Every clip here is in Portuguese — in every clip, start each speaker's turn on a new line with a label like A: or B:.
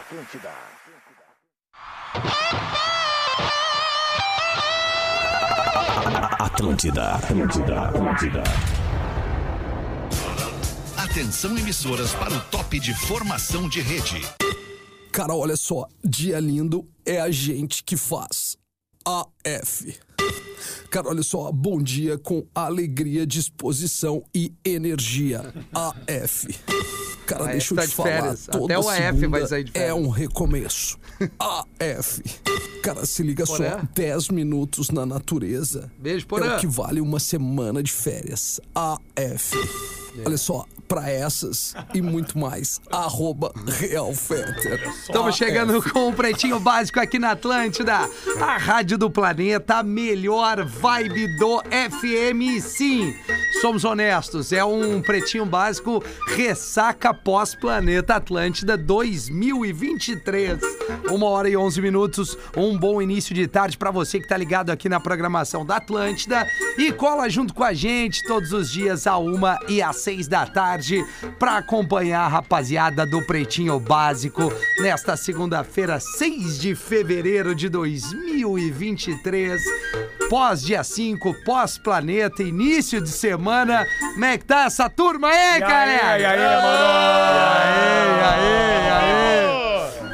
A: Atlântida, Atlântida.
B: Atlântida, Atlântida, Atlântida.
C: Atenção emissoras para o top de formação de rede.
D: Cara, olha só, dia lindo é a gente que faz. AF. Cara, olha só, bom dia com alegria, disposição e energia. AF. Cara,
E: AF
D: deixa eu
E: tá
D: te
E: de
D: falar,
E: férias.
D: toda
E: Até o AF
D: segunda
E: vai sair de
D: é
E: férias.
D: um recomeço. AF. Cara, se liga só,
E: Porã?
D: 10 minutos na natureza.
E: Beijo,
D: É
E: Porã.
D: o que vale uma semana de férias. AF. Olha só, pra essas e muito mais, arroba Real Fetter.
E: Estamos chegando com o Pretinho Básico aqui na Atlântida, a rádio do planeta, a melhor vibe do FM. Sim, somos honestos, é um Pretinho Básico ressaca pós-planeta Atlântida 2023. Uma hora e onze minutos, um bom início de tarde para você que tá ligado aqui na programação da Atlântida e cola junto com a gente todos os dias a uma e às seis da tarde para acompanhar a rapaziada do Pretinho Básico nesta segunda-feira, 6 de fevereiro de 2023. Pós dia 5, pós planeta, início de semana. Como é que tá essa turma aí, galera? E aí, e aí, e aí,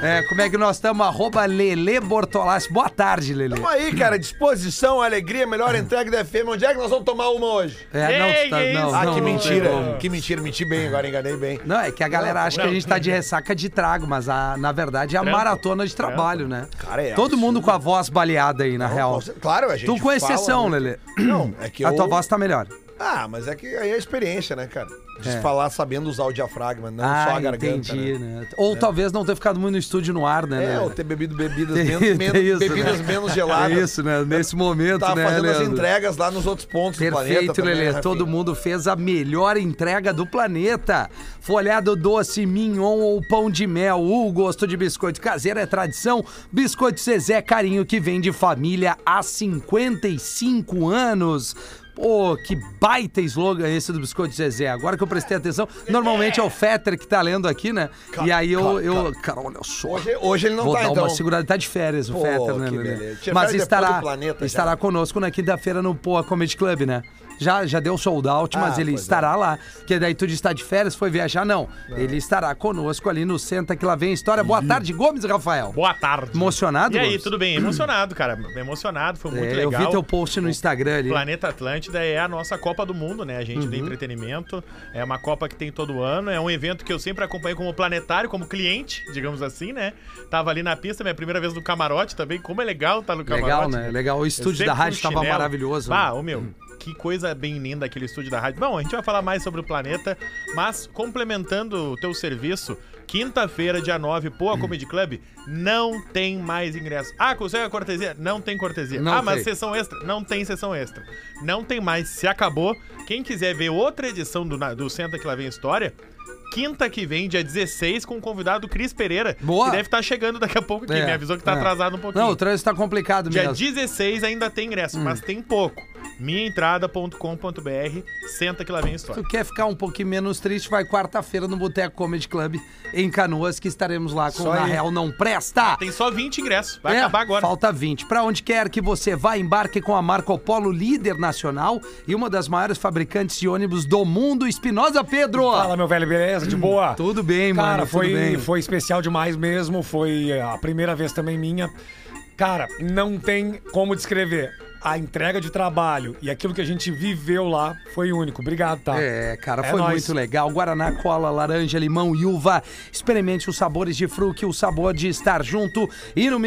E: É, como é que nós estamos? Arroba Lele Bortolassi. Boa tarde, Lele.
F: Vamos aí, cara. Disposição, alegria, melhor entrega da FM. Onde é que nós vamos tomar uma hoje?
E: É, não, tu tá- não,
F: ah,
E: não,
F: que
E: não tem
F: mentira.
E: como.
F: Que mentira. Menti bem agora, enganei bem.
E: Não, é que a galera acha que a gente tá de ressaca de trago, mas a- na verdade é a maratona de trabalho, né?
F: Cara, é
E: Todo
F: absurdo.
E: mundo com a voz baleada aí, na real.
F: Nossa, Claro, a gente
E: Tu com exceção,
F: fala, né?
E: Lelê.
F: Não, é que
E: a
F: eu-
E: tua voz tá melhor.
F: Ah, mas é que aí é experiência, né, cara? De
E: É.
F: falar sabendo usar o diafragma, não só a
E: ah,
F: garganta,
E: entendi,
F: né?
E: né? Ou talvez não ter ficado muito no estúdio no ar, né?
F: É,
E: Lelê?
F: ou ter bebido bebidas
E: Tem-
F: menos,
E: tem
F: menos-
E: isso,
F: bebidas
E: né?
F: menos geladas.
E: É isso, né? Nesse momento,
F: Tava
E: né,
F: fazendo as
E: Leandro?
F: entregas lá nos outros pontos do planeta.
E: Perfeito,
F: também, né,
E: Lelê.
F: Rafinha?
E: Todo mundo fez a melhor entrega do planeta. Folhado doce, mignon ou pão de mel. O gosto de biscoito caseiro é tradição. Biscoito Zezé Carinho, que vem de família há 55 anos. Pô, que baita slogan esse do Biscoito Zezé. Agora que eu prestei atenção, normalmente é o Fetter que tá lendo aqui, né? E aí eu. eu cara, olha só.
F: Hoje, hoje ele não
E: Vou
F: tá,
E: dar
F: então.
E: uma segurada. Tá de férias o
F: Pô,
E: Fetter, né,
F: que
E: Lelê?
F: beleza. Tinha
E: Mas
F: férias depois
E: estará,
F: do planeta já.
E: estará conosco na quinta-feira no Poa Comedy Club, né? Já, já deu sold out, mas
F: Ah,
E: ele
F: pois É.
E: estará lá. Que daí tu está de férias, foi viajar? Não. Ele estará conosco ali no Senta que lá vem a história. Boa tarde, Gomes Rafael.
G: Boa tarde.
E: Emocionado,
G: E aí,
E: Gomes?
G: tudo bem? Emocionado, cara. Emocionado, foi muito
E: É, eu
G: legal.
E: vi teu post no Instagram ali. Uhum.
G: Planeta Atlântida é a nossa Copa do Mundo, né? A gente do entretenimento. É uma Copa que tem todo ano. É um evento que eu sempre acompanho como planetário, como cliente, digamos assim, né? Tava ali na pista, minha primeira vez no camarote também. Como é legal estar no camarote.
E: Legal, né? Legal. O
G: Eu
E: estúdio
G: sempre
E: da
G: com
E: rádio estava
G: chinelo.
E: maravilhoso. né?
G: Ah, ô meu, que coisa bem linda aquele estúdio da rádio. Bom, a gente vai falar mais sobre o planeta, mas complementando o teu serviço, quinta-feira, dia 9, Poa Comedy Club, não tem mais ingresso. Ah, consegue a cortesia? Não tem cortesia.
E: Não
G: ah, mas
E: tem.
G: sessão extra? Não tem sessão extra. Não tem mais, se acabou. Quem quiser ver outra edição do, Na- do Senta Que Lá Vem História... Quinta que vem, dia 16, com o convidado Cris Pereira.
E: Boa.
G: Que deve estar chegando daqui a pouco aqui.
E: É,
G: Me avisou que tá
E: é.
G: atrasado um pouquinho.
E: Não, o trânsito tá complicado
G: Dia
E: mesmo. Hum.
G: 16 ainda tem ingresso, mas tem pouco. Minhaentrada.com.br, senta que lá vem a história.
E: Tu quer ficar um pouquinho menos triste, vai quarta-feira no Boteco Comedy Club em Canoas, que estaremos lá com
F: Só
E: Na
F: aí.
E: Real Não Presta.
G: Tem só 20 ingressos, vai
E: É,
G: acabar agora.
E: Falta 20. Para onde quer que você vá, embarque com a Marco Polo, líder nacional e uma das maiores fabricantes de ônibus do mundo, Espinosa Pedro.
H: Fala, meu velho, beleza? De boa?
E: Tudo bem,
H: Cara,
E: mano,
H: foi,
E: tudo bem.
H: foi especial demais mesmo. Foi eh, a primeira vez também minha. Cara, não tem como descrever. A entrega de trabalho e aquilo que a gente viveu lá foi único. Obrigado, tá?
E: É, cara,
H: É
E: foi
H: nóis.
E: muito legal. Guaraná, cola, laranja, limão e uva. Experimente os sabores de fruque, o sabor de estar junto. E no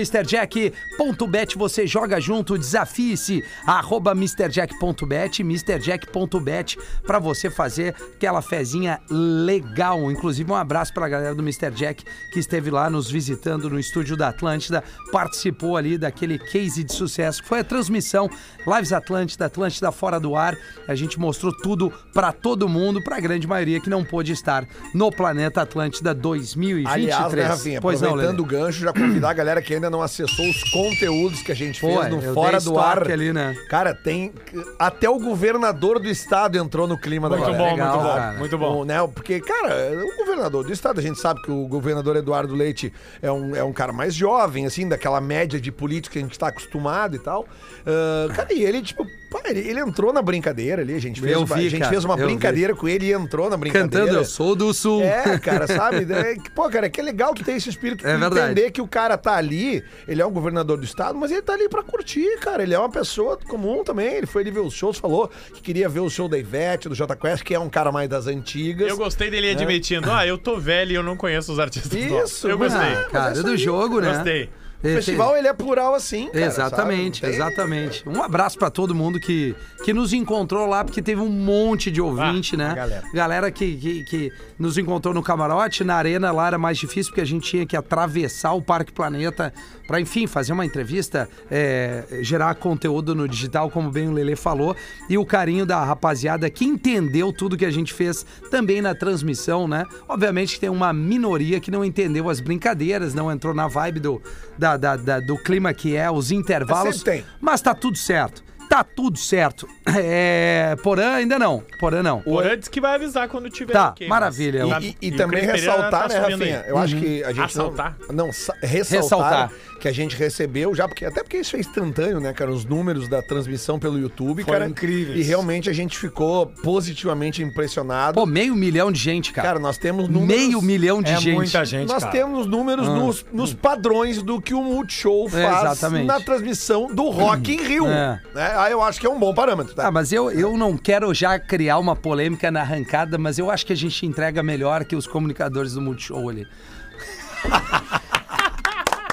E: MrJack.bet você joga junto, desafie-se. Arroba MrJack.bet, MrJack.bet pra você fazer aquela fezinha legal. Inclusive, um abraço pra galera do Mr. Jack que esteve lá nos visitando no estúdio da Atlântida, participou ali daquele case de sucesso que foi a transmissão Então, Lives Atlântida, Atlântida fora do ar. A gente mostrou tudo pra todo mundo, pra grande maioria que não pôde estar no Planeta Atlântida 2023.
F: Aliás, né, Rafinha,
E: pois não,
F: aproveitando
E: Lelê.
F: o gancho, já convidar a galera que ainda não acessou os conteúdos que a gente fez
E: Pô, eu
F: no
E: dei
F: Fora do Ar.
E: estoque ali, né?
F: Cara, tem. Até o governador do estado entrou no clima da
H: Muito
F: galera.
H: bom,
E: legal,
H: muito bom,
E: cara.
H: muito bom.
F: O, né, porque, cara, o governador do estado, a gente sabe que o governador Eduardo Leite é um, é um cara mais jovem, assim, daquela média de político que a gente tá acostumado e tal. Ah, cara, e ele, tipo, pá, ele, ele entrou na brincadeira ali, a gente fez,
E: Eu
F: uma-
E: vi,
F: a gente
E: cara,
F: fez uma
E: eu vi.
F: brincadeira com ele e entrou na brincadeira.
E: Cantando Eu Sou do Sul.
F: É, cara, sabe? É que, pô, cara, que legal tu ter esse espírito
E: É
F: de
E: verdade.
F: entender que o cara tá ali, ele é um governador do estado, mas ele tá ali pra curtir, cara. Ele é uma pessoa comum também. Ele foi ali ver os shows, falou que queria ver o show da Ivete, do Jota Quest, que é um cara mais das antigas.
G: Eu gostei dele admitindo,
E: É.
G: ah, eu tô velho e eu não conheço os artistas. do rock."
F: Isso,
G: eu
F: mas-
G: gostei.
E: Ah,
F: mas
E: cara,
F: é isso
E: do
F: aí.
E: jogo, né?
G: Gostei.
E: É,
F: O festival,
E: tem-
F: ele é plural assim, cara,
E: Exatamente,
F: sabe? Não tem-
E: exatamente. Um abraço pra todo mundo que, que nos encontrou lá, porque teve um monte de ouvinte,
G: Ah,
E: né?
G: galera.
E: que, que, que nos encontrou no camarote, na arena lá era mais difícil, porque a gente tinha que atravessar o Parque Planeta pra, enfim, fazer uma entrevista, é, gerar conteúdo no digital, como bem o Lele falou. E o carinho da rapaziada que entendeu tudo que a gente fez também na transmissão, né? Obviamente que tem uma minoria que não entendeu as brincadeiras, não entrou na vibe do, da- da- da- do clima que é, os intervalos.
F: Sempre tem.
E: Mas tá tudo certo. Tá tudo certo. É, Porã ainda não. Porã não.
G: Por antes que vai avisar quando tiver.
E: Tá,
G: ok,
E: maravilha.
G: mas-
F: É um E, e
G: o
F: também
G: Cris Pereira
F: ressaltar,
G: tá
F: né,
G: assumindo
F: Rafinha?
G: aí.
F: Eu acho que a gente.
G: Assaltar?
F: Não, não sa-
E: Uhum. Ressaltar.
F: ressaltar, que a gente recebeu já, porque até porque isso é instantâneo, né, cara? Os números da transmissão pelo YouTube,
H: Foram
F: cara.
H: incríveis.
F: E realmente a gente ficou positivamente impressionado.
E: Pô, meio milhão de gente, cara.
F: cara, nós temos números.
E: meio milhão de
H: É
E: gente. Ah.
H: muita gente,
F: Nós
H: cara.
F: temos números nos, nos padrões do que o Multishow faz
E: É, exatamente.
F: na transmissão do Rock in Rio.
E: É.
F: Né? Aí eu acho que é um bom parâmetro, tá?
E: Ah, mas eu, eu não quero já criar uma polêmica na arrancada, mas eu acho que a gente entrega melhor que os comunicadores do Multishow ali.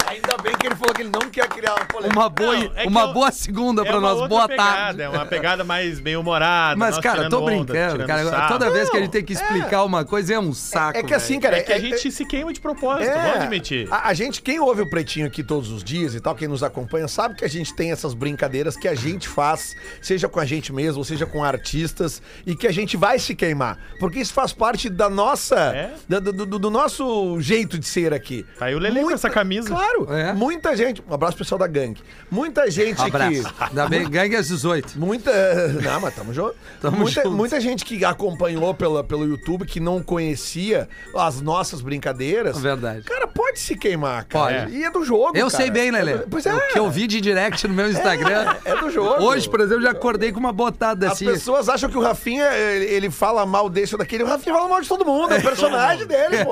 F: Ainda bem que ele falou que ele não quer criar uma polêmica.
E: Uma boa,
G: Não, é que
E: uma
G: eu-
E: boa segunda pra
G: é uma
E: nós,
G: outra
E: boa
G: pegada,
E: tarde.
G: É uma pegada mais bem humorada.
E: Mas,
G: nós
E: cara,
G: tirando
E: tô
G: onda,
E: brincando,
G: tirando
E: cara.
G: sarro.
E: Toda vez que a gente
D: É.
E: tem que explicar uma coisa é um saco.
F: É que assim, cara.
G: É que a gente se queima de propósito,
F: É.
G: vamos admitir.
F: A, a gente, quem ouve o Pretinho aqui todos os dias e tal, quem nos acompanha, sabe que a gente tem essas brincadeiras que a gente faz, seja com a gente mesmo, seja com artistas, e que a gente vai se queimar. Porque isso faz parte da nossa.
G: É?
F: da- do, do- do nosso jeito de ser aqui.
G: Tá aí o Lelê com essa camisa.
F: Claro,
E: É. Um
F: muita gente. Um abraço pro pessoal da gangue. Muita gente
E: Abraço.
F: que.
E: Ainda bem, gangue às 18.
F: Muita. Não, mas tamo junto.
E: Tamo
F: muita,
E: junto.
F: muita gente que acompanhou pela, pelo YouTube, que não conhecia as nossas brincadeiras.
E: Verdade.
F: Cara, pode se queimar, cara.
E: Pode.
F: E é do jogo.
E: Eu
F: cara.
E: sei bem,
F: É
E: Lelê.
F: do- Pois é.
E: O que eu vi de direct no meu Instagram.
F: É do jogo.
E: Hoje, por exemplo, eu já acordei com uma botada
F: As
E: assim.
F: pessoas acham que o Rafinha, ele ele fala mal desse ou daquele. O Rafinha fala mal de todo mundo, é o personagem dele, pô.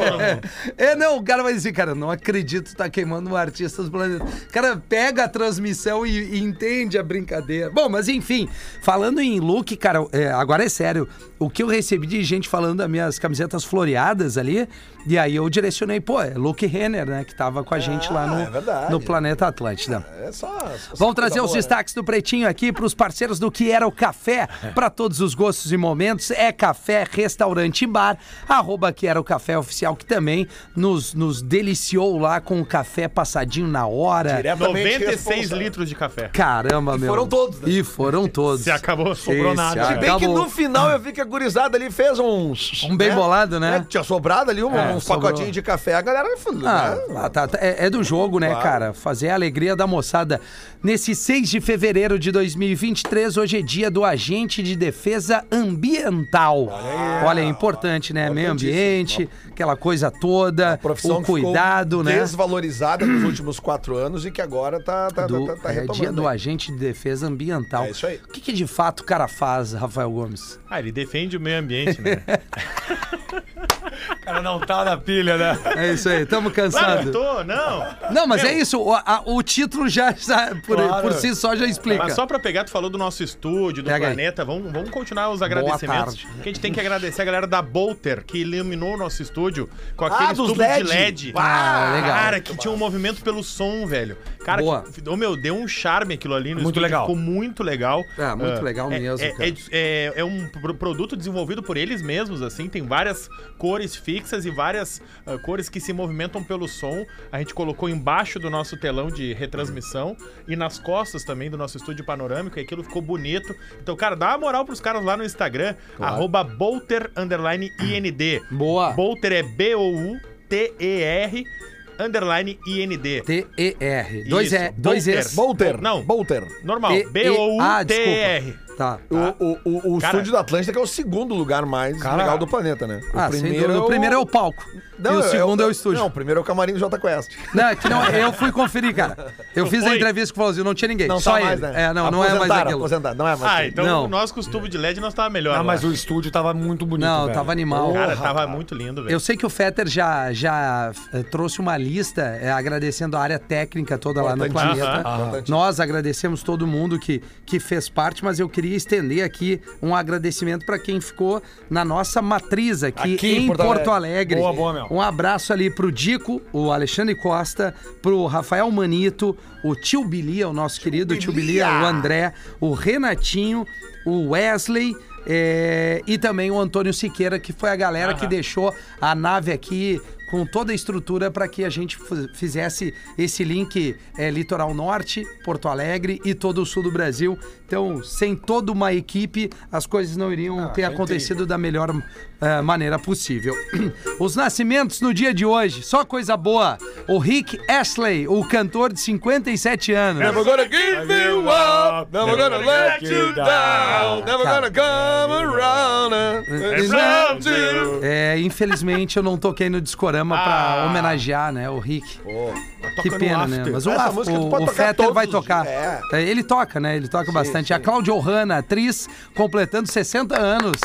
E: É, não, o cara vai dizer, cara, não acredito tá queimando um artista do planeta. O cara pega a transmissão e, e entende a brincadeira. Bom, mas enfim, falando em look, cara, é, agora é sério. O que eu recebi de gente falando das minhas camisetas floreadas ali, e aí eu direcionei, pô, é Luke Renner, né, que tava com a gente lá
F: é
E: no,
F: verdade.
E: no Planeta Atlântida.
F: É só. só
E: Vamos
F: coisa
E: trazer um os
F: boa, né?
E: destaques do Pretinho aqui para os parceiros do que era o café,
F: É.
E: para todos os gostos e momentos. É café, restaurante e bar, arroba que era o café oficial, que também nos, nos deliciou lá com o café passadinho na hora.
F: Diretamente
G: 96
F: responsável.
G: litros de café.
E: Caramba, meu.
F: foram todos, né?
E: E foram todos.
G: Se acabou, sobrou
E: Esse
G: nada.
E: a-
F: Se bem que
E: Acabou.
F: no final eu vi que a gurizada ali fez uns.
E: Um bem bolado, né?
F: É, tinha sobrado ali um-
E: É,
F: uns
E: sobrou.
F: pacotinhos de café, a galera falou.
E: Ah,
F: né?
E: ah, tá, tá. é, é do jogo, né, cara? Fazer a alegria da moçada. Nesse 6 de fevereiro de 2023, hoje é dia do agente de defesa ambiental. Olha, é importante, né? Meio ambiente, aquela coisa toda, o
F: que ficou
E: cuidado, né?
F: Desvalorizada nos últimos quatro anos e que agora tá, tá,
E: Do,
F: tá, tá, tá
E: é dia do
F: retomando. aí.
E: agente de defesa ambiental.
F: É isso aí.
E: O que, que de fato o cara faz, Rafael Gomes?
G: Ah, ele defende o meio ambiente, né?
H: O cara não tá na pilha, né?
E: É isso aí, tamo
G: Claro que
E: cansado.
G: tô, não.
E: Não, mas é isso, o, a- o título já, já- por,
H: Claro.
E: por si só já explica.
G: Mas só pra pegar, tu falou do nosso estúdio, do
E: Pega aí.
G: planeta. Vamos, vamos continuar os agradecimentos.
E: tarde.
G: Porque a gente tem que agradecer a galera da Bolter, que iluminou o nosso estúdio com aquele
F: dos
G: tubo
F: LED.
G: de LED.
E: Ah, legal.
G: Cara, que tinha um movimento pelo som, velho. Cara,
E: Boa.
G: que- ô, meu, deu um charme aquilo ali no
H: Muito
G: estúdio,
H: legal.
G: Ficou muito legal.
E: É, muito
G: Ah,
E: legal mesmo,
G: É,
E: cara.
G: é- é- é um pro- produto desenvolvido por eles mesmos, assim. Tem várias cores cores fixas e várias ah, cores que se movimentam pelo som. A gente colocou embaixo do nosso telão de retransmissão e nas costas também do nosso estúdio panorâmico. E aquilo ficou bonito. Então, cara, dá uma moral pros caras lá no Instagram, arroba bolter, underline, IND.
E: Boa.
G: Bolter é B-O-U-T-E-R, underline, IND.
E: T-E-R. Dois,
G: Isso,
E: e, dois
G: Bolter.
E: S.
F: Bolter.
G: Não.
F: Bolter.
G: Normal,
E: T- E- Ah,
G: B-O-U-T-E-R.
E: desculpa. Tá.
F: O, o, o, o
G: Cara-
F: estúdio da Atlântica que é o segundo lugar mais
H: Cara-
F: legal do planeta, né?
E: Ah, sem dúvida. O primeiro é o palco. e o segundo é o, estúdio.
F: Não, o
E: Não,
F: primeiro é o camarim do Jota Quest.
E: é que não, eu fui conferir, cara. Eu fiz a
G: Foi.
E: entrevista com o Flauzinho, não tinha ninguém.
F: Não
E: só
F: tá
E: ele.
F: mais, né?
E: É, não, não é mais
F: Aposentaram,
E: aquilo.
F: aposentaram, não é mais.
G: Ah,
F: aquilo.
G: então
E: Não.
G: o nosso com os tubos de LED não estava melhor.
H: Ah,
G: lá.
H: mas o estúdio tava muito bonito,
E: Não,
H: velho.
E: tava animal.
H: Porra,
G: Cara, tava muito lindo, velho.
E: Eu sei que o Fetter já, já eh, trouxe uma lista eh, agradecendo a área técnica toda lá no
F: Importante.
E: planeta.
G: Aham.
F: Importante.
E: Nós agradecemos todo mundo que, que fez parte, mas eu queria estender aqui um agradecimento para quem ficou na nossa matriz aqui,
F: Aqui em
E: em
F: Porto
E: Porto,
F: Alegre.
E: Alegre.
H: Boa, boa, meu.
E: Um abraço ali pro Dico, o Alexandre Costa, pro Rafael Manito, o Tio Bilia, o nosso querido Tio Bilia, o André, o Renatinho, o Wesley. eh, e também o Antônio Siqueira, que foi a galera que deixou a nave aqui com toda a estrutura para que a gente fu- fizesse esse link eh, Litoral Norte, Porto Alegre e todo o sul do Brasil. Então, sem toda uma equipe, as coisas não iriam ter acontecido da melhor eh, maneira possível. Os nascimentos no dia de hoje, só coisa boa. O Rick Astley, o cantor de 57 anos.
F: Never gonna give you up, never gonna let you down, never gonna come around and love you. Ah.
E: É, infelizmente eu não toquei no discorama pra homenagear, né, o Rick.
F: tá
E: que
G: no
E: pena,
G: after.
E: né? Mas o,
F: Essa
E: Af-
F: música tu
E: o,
F: pode
E: o
F: tocar
E: Fetter
F: todos
E: vai
F: os
E: tocar.
F: dias.
E: É, Ele toca, né? Ele toca bastante. A Cláudia Ohana, atriz, completando 60 anos.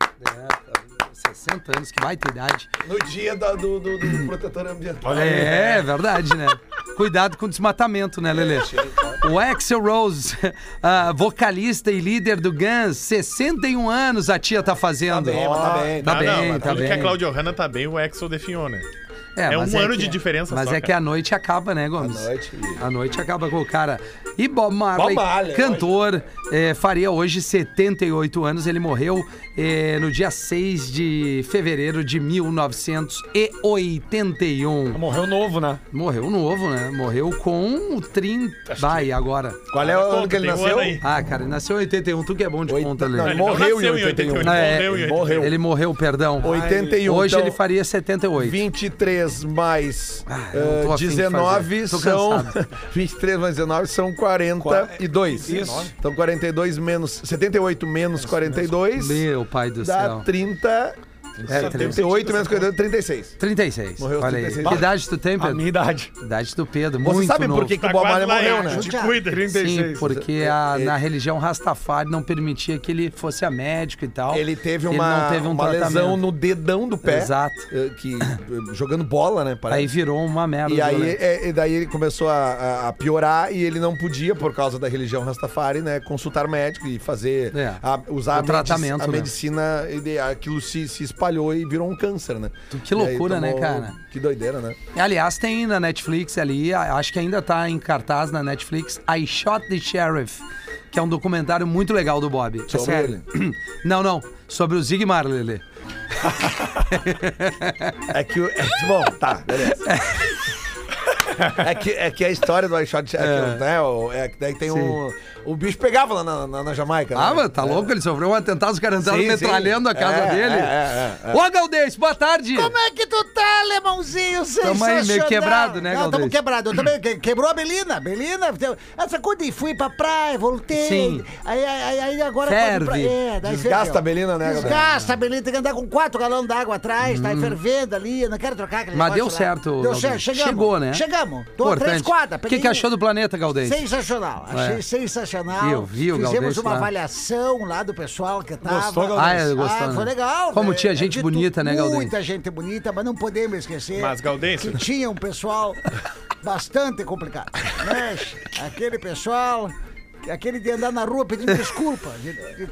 E: É, tá- 60 anos, que baita idade.
F: No dia da- do, do- do protetor ambiental.
E: É, é verdade, né? Cuidado com o desmatamento, né, Lelê? O Axel Rose, ah, vocalista e líder do Guns, 61 anos a tia tá fazendo.
F: bem, mas tá bem,
E: Tá
G: Ah,
E: bem,
G: mas
E: tá
G: tudo
E: bem.
G: que a Claudio Hanna tá bem, o Axel definhou, né? É
E: mas
G: um ano
E: que-
G: de diferença
E: Mas
G: só,
E: é que
G: cara.
E: a noite acaba, né, Gomes?
F: À noite.
E: A noite acaba com o cara. E Bob Marley,
F: Bob Marley,
E: cantor, eh, faria hoje 78 anos. Ele morreu eh, no dia 6 de fevereiro de 1981.
H: Morreu novo, né?
E: Morreu novo, né? Morreu com 30. Vai, agora.
F: Qual é o ano
G: Conta,
F: que ele
G: tem um
F: nasceu?
G: ano aí.
E: Ah, cara, ele nasceu em 81. Tu que é bom de
F: Oit-
E: conta, Ah, é.
F: não,
E: Lê.
G: Ele
F: morreu
G: não nasceu
F: em um.
G: em 88,
F: 88,
G: morreu em
E: ele
G: 88.
F: morreu.
E: Ele morreu, perdão.
F: 81.
E: Hoje
F: então,
E: ele faria 78.
F: 23 mais
E: Ah, eu não tô
F: eh,
E: afim de fazer.
F: 19
E: Tô
F: são.
E: cansado.
F: 23 mais 19 são 42.
H: Isso.
F: Então 42 menos. 78 menos 42
E: Meu pai do
F: dá
E: céu.
F: 30.
E: É,
F: 78 menos 42, 36.
E: 36.
F: Morreu
E: Olha aí.
F: 36.
E: Que idade tu tem,
H: A
E: Pedro?
H: minha idade.
E: Idade do Pedro,
F: Você
E: muito
F: sabe
E: novo.
F: por que, que o
G: Tá
F: Bob
G: quase
F: Marley
G: lá,
F: morreu,
G: Eric,
F: né?
G: Te cuida.
E: Sim, porque a-
F: Ele-
E: na religião Rastafari não permitia que ele fosse a médico e tal.
F: Ele teve
E: Ele
F: uma,
E: não teve um
F: uma lesão
E: tratamento.
F: no dedão do pé.
E: Exato.
F: eh, Que, eh, jogando bola, né? parece.
E: Aí virou uma merda.
F: E aí,
E: violenta.
F: é, e daí ele começou a, a- a piorar e ele não podia, por causa da religião Rastafari, né, consultar médico e fazer,
E: É,
F: a-
E: o
F: usar a, medici-
E: tratamento,
F: a
E: né?
F: medicina, e de- aquilo se, se espalhou e virou um câncer, né?
E: Que
F: E aí
E: loucura, né, cara?
F: Que doideira, né?
E: Aliás, tem na Netflix ali, a- acho que ainda tá em cartaz na Netflix, I Shot the Sheriff, que é um documentário muito legal do Bob. É
F: Sobre
E: sério. Não, não. Sobre o Zig Marley, Lelê.
F: É que o. é que- bom, tá, beleza. É que, é que a história do iShot, é que, o- né, o- é que daí tem um... O bicho pegava lá na, na- na Jamaica,
E: Ah,
F: né?
E: mas tá louco? Ele sofreu um atentado, os caras entraram
F: Sim, sim.
E: metralhando a casa
F: É,
E: dele.
F: é, é, é.
E: Ô, Galdês, boa tarde!
A: Como é que tu tá, alemãozinho?
E: Tamo aí meio
A: Sensacional.
E: quebrado, né,
A: Não, tamo
E: Galdês?
A: quebrado. Eu também que- quebrou a Belina. Belina, deu- essa coisa e fui pra praia, voltei.
E: Sim.
A: Aí, aí, aí agora...
E: Ferve.
A: quando pra- é, daí
F: Desgasta
A: ferveu.
F: a Belina, né, Galdês?
A: Desgasta a Belina. Tem que andar com quatro galões d'água atrás, tá fervendo ali. Eu não quero trocar aquele
E: Hum. Mas deu
A: negócio lá.
E: certo,
A: Deu
E: Galdês.
A: certo. Chegamos.
E: Chegou, né?
A: Chegamos. Tô a três quadras. um
E: O que, que achou do planeta, Galdês?
A: Sensacional, achei
E: É.
A: sensacional.
E: Viu, viu,
A: Fizemos
E: Galdês,
A: uma
E: lá.
A: avaliação lá do pessoal que tava.
H: Gostou, Galdês?
E: Ah, é, gostou,
A: Ah,
E: né?
A: foi legal.
E: Como
A: né?
E: tinha gente
A: De
E: bonita, né, Galdês?
A: Muita gente bonita, mas não podemos esquecer
G: Mas, Gaudêncio-
A: que tinha um pessoal bastante complicado. né? Aquele pessoal, aquele de andar na rua pedindo desculpa.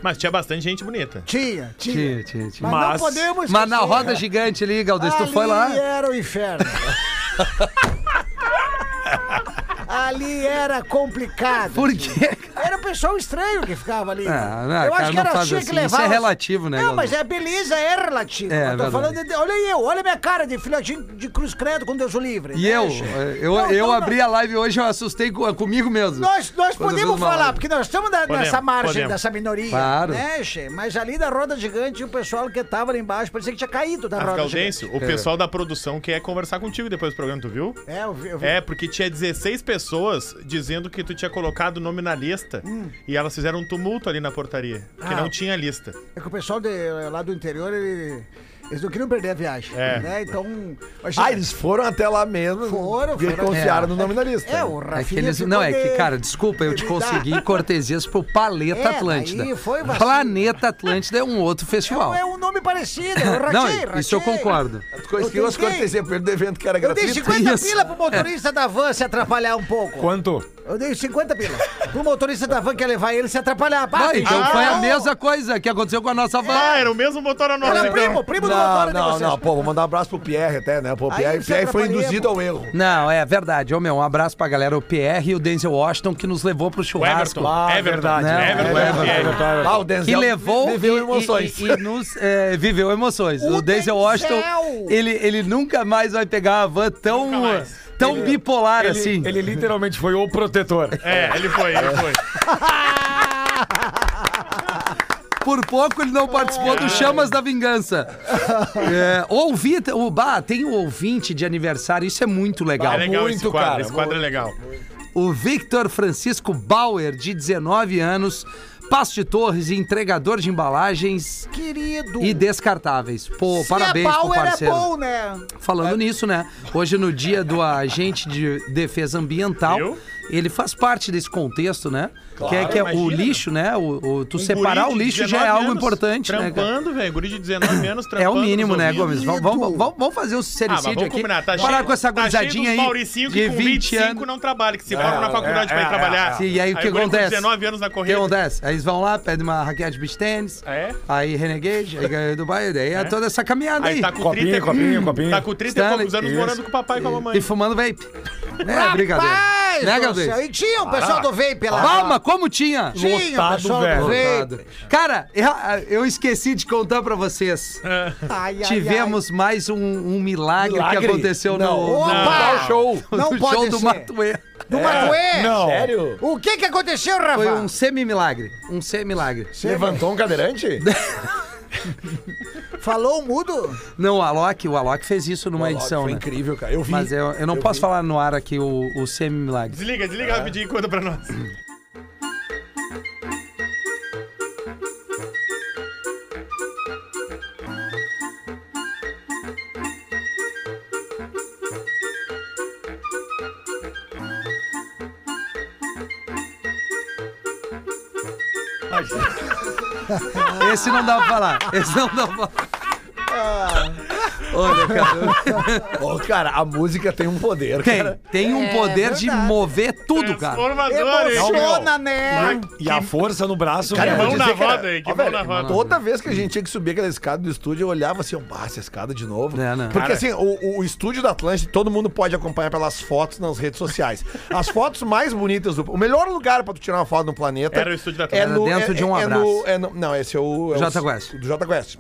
G: Mas tinha bastante gente bonita.
A: Tinha, tinha.
E: Tinha, tinha, tinha.
A: Mas,
H: Mas-
A: não podemos né,
E: Mas na
A: esquecer.
E: roda gigante ali, Galdês, tu
A: Ali é-
E: foi lá.
A: era o inferno. Ali era complicado.
E: Por quê?
A: Era o pessoal estranho que ficava ali.
E: É, não, cara,
A: eu acho que
E: não
A: era
E: faz
A: chique
E: assim.
A: levar.
E: Isso é
A: os-
E: relativo, né,
A: Não,
E: Galvão?
A: mas é beleza, é relativo.
E: É,
A: eu tô
E: verdade.
A: falando. de- olha eu, olha minha cara de filhotinho de cruz credo com Deus o livre.
E: E
A: né,
E: eu,
A: gente?
E: eu,
A: Não,
E: eu
A: então
E: abri a live hoje, eu assustei co- comigo mesmo.
A: Nós,
E: Quando
A: nós
E: eu fiz
A: podemos
E: uma
A: falar,
E: live.
A: porque nós estamos na-
G: Podemos,
A: nessa margem
G: podemos.
A: dessa minoria.
E: Claro.
A: Né, che? Mas ali da roda gigante, o pessoal que estava lá embaixo parecia que tinha caído da
G: Mas,
A: roda gigante.
G: Gaudêncio, o pessoal da produção quer conversar contigo depois do programa, tu viu?
A: É, eu vi, eu vi.
G: É, porque tinha 16 pessoas dizendo que tu tinha colocado o nome na lista e elas fizeram um tumulto ali na portaria, porque
A: Hum. Ah.
G: não tinha lista.
A: É que o pessoal de- lá do interior, ele- eles não queriam perder a viagem.
G: É.
A: Né? Então. imagina,
F: Ah, eles foram até lá mesmo.
A: Foram,
F: E
A: foram.
F: confiaram no nome da lista.
A: É, o
E: É que
A: Rafinha.
E: eles,
A: ficou
E: não, é que,
A: de-
E: cara, desculpa, eu te
A: de-
E: consegui cortesias pro Paleta
A: É,
E: Atlântida.
A: daí foi vacilo.
E: Planeta Atlântida é um outro festival.
A: Não, é um nome parecido. Eu
E: não,
A: ratei,
E: isso eu
A: ratei.
E: concordo.
F: Coisa que
A: Eu
F: umas
A: tentei.
F: cortesias perto do evento que era
A: Eu dei
F: gratuito.
A: 50
E: Isso.
A: pila pro motorista da van se atrapalhar um pouco.
H: Quanto?
A: Eu dei 50 pila. Pro motorista da van que ia levar ele se atrapalhar. Pá,
E: Ah,
A: tem
E: então
A: gente
E: foi
A: que
E: a
A: não-
E: mesma coisa que aconteceu com a nossa van.
G: Ah, era o mesmo motor a nossa,
A: Era
G: então.
A: primo, primo do
F: Não,
A: motor de
F: não,
A: vocês.
F: não. Pô, vou mandar um abraço pro Pierre até, né? Pô, o
A: Aí
F: Pierre,
A: você
F: Pierre foi
A: atrapalhou.
F: induzido ao erro.
E: Não, é verdade. Ô, meu, um abraço pra galera, o PR e o Denzel Washington, que nos levou pro
G: O
E: churrasco.
G: Everton.
H: Ah,
G: Everton.
H: verdade.
E: Não,
G: Everton.
E: Everton,
G: Everton.
H: Everton, Everton.
F: Ah, o Denzel
E: que levou
F: viveu
E: e-
F: emoções.
E: E, e- e nos é, viveu emoções. O,
A: O
E: Denzel Washington,
A: Denzel!
E: ele, ele nunca mais vai pegar uma van tão,
G: Nunca mais.
E: tão bipolar
H: Ele,
E: assim.
H: ele literalmente foi o protetor.
G: É, ele foi, ele foi.
E: Por pouco ele não participou
G: É.
E: do Chamas da Vingança. É, ouvi, o bah, tem o ouvinte de aniversário, isso é muito legal.
G: É legal esse
F: muito,
G: quadro,
F: cara,
G: esse quadro é legal.
E: O Victor Francisco Bauer, de 19 anos, passo de torres e entregador de embalagens
A: Querido.
E: e descartáveis. Pô,
A: Se
E: parabéns
A: é
E: pro
A: Bauer
E: parceiro.
A: é bom, né?
E: Falando nisso, né? Hoje, no dia do agente de defesa ambiental,
G: Viu?
E: ele faz parte desse contexto, né? que é, que é o
G: imagina.
E: lixo, né? O, o- tu
G: Um
E: separar
G: guri
E: o
G: de
E: lixo já é
G: 19
E: algo
G: anos
E: importante, né? cara?
G: Trampando, velho. Guri de 19 anos
E: É
G: trampando.
E: o mínimo,
G: nos
E: né,
G: ouvidos.
E: Gomes? Vamos, vamos, vamos- vamos fazer o
G: Ah, mas
E: sericídio
G: vamos
E: aqui.
G: combinar, tá
E: Parar
G: cheio,
E: com essa
G: tá cheio
E: gurizadinha
G: dos
E: aí
G: Mauricinho que
E: de
G: com
E: 20 anos.
G: não trabalha, que se formam na faculdade pra ir
H: é,
G: trabalhar.
E: Sim, e aí o que
G: guri com
E: acontece?
G: 19 anos na
E: O que
G: corrida.
E: acontece? Aí um eles vão lá, pedem uma raquete de beach tênis,
G: É?
E: aí Renegade, aí ganha Dubai, daí é, toda essa caminhada aí.
G: Aí tá com
H: Copinho,
G: 30,
H: copinho,
G: Hum,
H: copinho.
G: Tá com 30 e
E: Stanley,
G: poucos anos
H: isso.
G: morando com o papai e com a mamãe.
E: E fumando vape. É, brincadeira.
A: Rapaz
E: né,
A: do
E: Gabriel?
A: céu, E tinha o pessoal do Vape lá.
E: Palma, como tinha?
A: Tinha o
H: Lotado,
A: pessoal
H: velho.
A: do
E: Lotado.
A: Vape.
E: Cara, eu, eu esqueci de contar pra vocês.
A: Ai, ai,
E: Tivemos mais um, um milagre, que
F: Milagre?
E: aconteceu no,
A: Opa!
E: no tal show,
A: Não
E: no
A: pode
E: show do
A: ser.
E: Matuê.
A: ai. Do Matuê.
H: Não.
F: Sério?
A: O que que aconteceu, Rafa?
E: Foi um semi-milagre, um semi-milagre.
F: Levantou um cadeirante?
A: Falou mudo?
E: Não, o Alok, o Alok fez isso numa edição,
F: Foi
E: né?
F: incrível, cara. Eu vi.
E: Mas eu, eu não posso falar no ar aqui o, o semi-milagre.
G: Desliga,
E: Ah.
G: desliga rapidinho e conta pra nós.
E: Esse não dá pra falar. Esse não dá pra falar. Olha, cara.
F: Ô, cara, a música tem um poder,
E: Tem,
F: cara.
E: tem um
A: É
E: poder de
A: verdade.
E: mover tudo, cara.
G: Transformadores.
A: Emociona, né?
H: E a força no braço.
F: Cara, eu
H: velho.
F: vou
G: mão
F: dizer,
G: na
F: cara,
G: roda aí, que
F: ó,
G: mão
F: velho,
G: na roda.
F: Toda vez que a gente tinha que subir aquela escada do estúdio, eu olhava assim, eu, ah, essa escada de novo.
E: É, né?
F: Porque
G: Cara.
F: assim, o, o estúdio da Atlântida, todo mundo pode acompanhar pelas fotos nas redes sociais. As fotos mais bonitas do. O melhor lugar pra tu tirar uma foto no planeta.
G: Era o estúdio da
F: é
G: Atlântida.
F: no,
E: Era dentro
F: é-
E: de um
F: é- é
E: abraço. tá
F: no- é no- não, esse é o. É o
E: Jota Quest.
F: Do Jota Quest.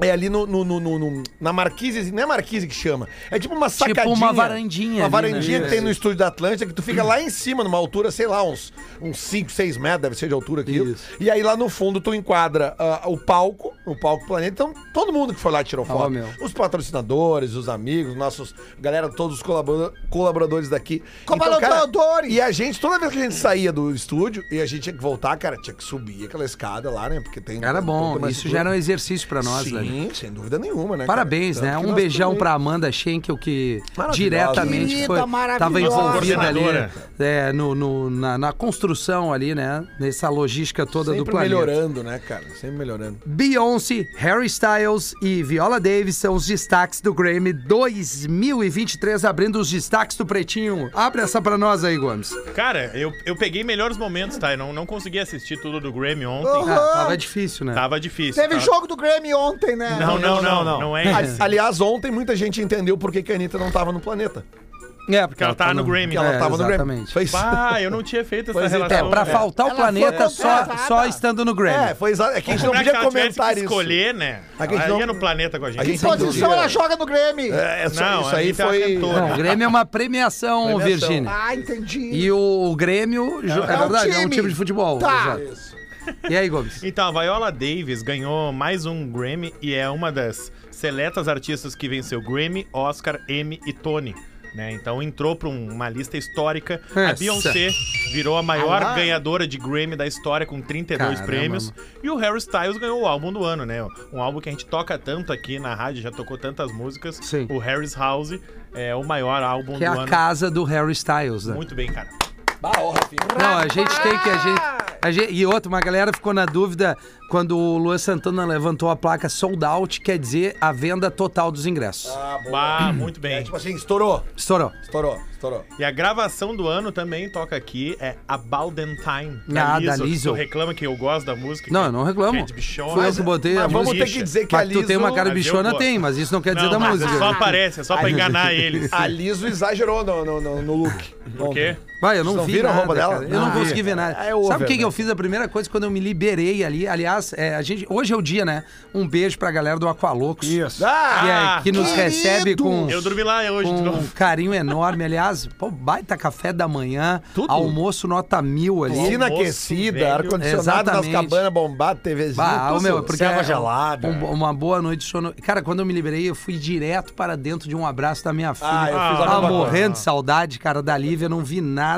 F: É ali no, no- no- no- no- na Marquise, não é Marquise que chama. É tipo uma sacadinha.
E: uma varandinha
F: Uma
E: ali, né?
F: varandinha que tem
E: Isso.
F: no estúdio da Atlântida, que tu fica lá em cima, numa altura, sei lá, uns 5, 6 metros, deve ser de altura aquilo.
E: Isso.
F: E aí lá no fundo tu enquadra ah, o palco, o palco planeta. Então todo mundo que foi lá tirou foto.
E: Ah, meu.
F: Os patrocinadores, os amigos, nossos galera, todos os colabora- colaboradores daqui. Então,
A: Colaboradores!
F: e a gente, toda vez que a gente saía do estúdio e a gente tinha que voltar, cara, tinha que subir aquela escada lá, né? Porque tem.
E: Era
F: toda
E: bom,
F: uma
E: isso
F: estrutura.
E: já era um exercício pra nós,
F: Sim,
E: velho.
F: sem dúvida nenhuma, né?
E: Parabéns,
F: cara?
E: né?
F: Tanto que
E: Um
F: nós
E: beijão
F: também-
E: pra Amanda Schenkel, que
F: Maravilhosa.
E: diretamente
A: Querida,
E: foi, tava
A: maravilhosa.
E: envolvida ali
G: Coordenadora.
E: é, no, no- na, na construção ali, né? Nessa logística toda do
F: Sempre
E: planeta.
F: melhorando, né, cara? Sempre melhorando.
E: Beyoncé, Harry Styles e Viola Davis são os destaques do Grammy 2023, abrindo os destaques do Pretinho. Abre essa pra nós aí, Gomes.
G: Cara, eu, eu peguei melhores momentos, tá? Eu não, não consegui assistir tudo do Grammy ontem.
E: Ah, tava difícil, né?
G: Tava difícil.
A: Teve
G: tava-
A: jogo do Grammy ontem, né?
G: Não, não, não, não.
H: não,
E: Ah,
G: é isso.
F: Aliás, ontem muita gente entendeu por que que a Anitta não tava no planeta.
E: É, porque
G: ela tá no Grammy.
F: Ela
E: É,
F: tava no Grammy.
E: exatamente.
F: Foi
G: Ah, eu não tinha feito essa
F: Pois é,
G: relação.
E: É, pra
G: né?
E: faltar o
A: Ela
E: planeta
A: foi
E: só,
A: contratada.
E: só estando no Grammy.
F: É, foi exato. É que a gente não
G: Como é que
F: podia
G: ela tivesse
F: comentar
G: que
F: isso.
G: escolher, né?
F: A gente
G: ela
F: não-
G: ia no planeta com a gente.
F: a gente
A: Que posição
F: entendi.
A: ela joga no Grêmio?
F: É, é só-
G: Não,
F: isso
G: a
F: aí
G: gente
F: foi.
G: acrescentou.
E: Não, o Grêmio é uma premiação,
F: Premiação.
E: Virgínia.
A: Ah, entendi.
E: E o Grêmio, ju- é,
A: um
E: verdade, é um
A: time.
E: time de futebol.
A: Tá.
E: exato. E aí, Gomes?
G: Então, a Viola Davis ganhou mais um Grammy e é uma das seletas artistas que venceu Grammy, Oscar, Emmy e Tony. Né? Então entrou para uma lista histórica. A
E: Essa.
G: Beyoncé virou a maior
A: Ah lá.
G: ganhadora de Grammy da história com 32
E: Caramba.
G: prêmios. E o Harry Styles ganhou o álbum do ano, né? Um álbum que a gente toca tanto aqui na rádio, já tocou tantas músicas.
E: Sim.
G: O Harry's House é o maior álbum
E: Que é
G: do
E: a
G: ano.
E: casa do Harry Styles, né?
G: Muito bem, cara.
E: Não, a gente tem que. A gente, a gente- e outra, uma galera ficou na dúvida quando o Luan Santana levantou a placa sold out, quer dizer a venda total dos ingressos.
G: Bah, muito bem.
F: Ah, É, tipo assim, estourou.
E: Estourou.
F: Estourou, estourou.
G: E a gravação do ano também toca aqui, é About Them Time.
E: Ah, da Lizzo.
G: Tu reclama é que eu gosto da música.
E: Não,
G: que-
E: eu não reclamo.
G: que é de bichona.
E: Foi eu que botei
F: Mas
E: a
F: vamos
E: música.
F: ter que dizer que a
E: Mas
F: Liso,
E: tu tem uma cara
G: Mas eu
E: bichona,
G: gosto.
E: tem, mas isso não quer dizer
G: Não,
E: da
G: mas
E: música.
G: Só aparece, é só pra enganar eles.
F: a Liso exagerou no, no, no, no look.
G: Por quê?
E: Vai, eu não
F: Vocês não
E: vi
F: viram a
E: nada,
F: roupa dela?
E: cara. Eu não
F: Ah,
E: consegui
F: vi.
E: ver nada.
F: É over,
E: Sabe o que, que
F: né?
E: eu fiz a primeira coisa quando eu me liberei ali? Aliás, é, a gente, hoje é o dia, né? Um beijo pra galera do Aqualocos.
H: Isso.
F: Ah!
E: que, é- que nos
A: querido!
E: recebe com,
G: Eu dormi lá hoje de
E: com um
G: novo.
E: carinho enorme. Aliás, pô, baita café da manhã, almoço nota mil ali.
F: Piscina
G: Almoço,
F: aquecida,
G: velho.
F: ar-condicionado nas
E: Exatamente.
F: cabanas bombadas, TVzinho.
E: Bah,
F: tudo.
E: o meu, porque
H: serva
E: é um-
H: gelada.
E: um- uma boa noite de sono. Cara, quando eu me liberei, eu fui direto para dentro de um abraço da minha filha.
F: Ah, eu fiz a
E: Tava
F: mesma coisa.
E: morrendo de saudade, cara, da Lívia, não vi nada.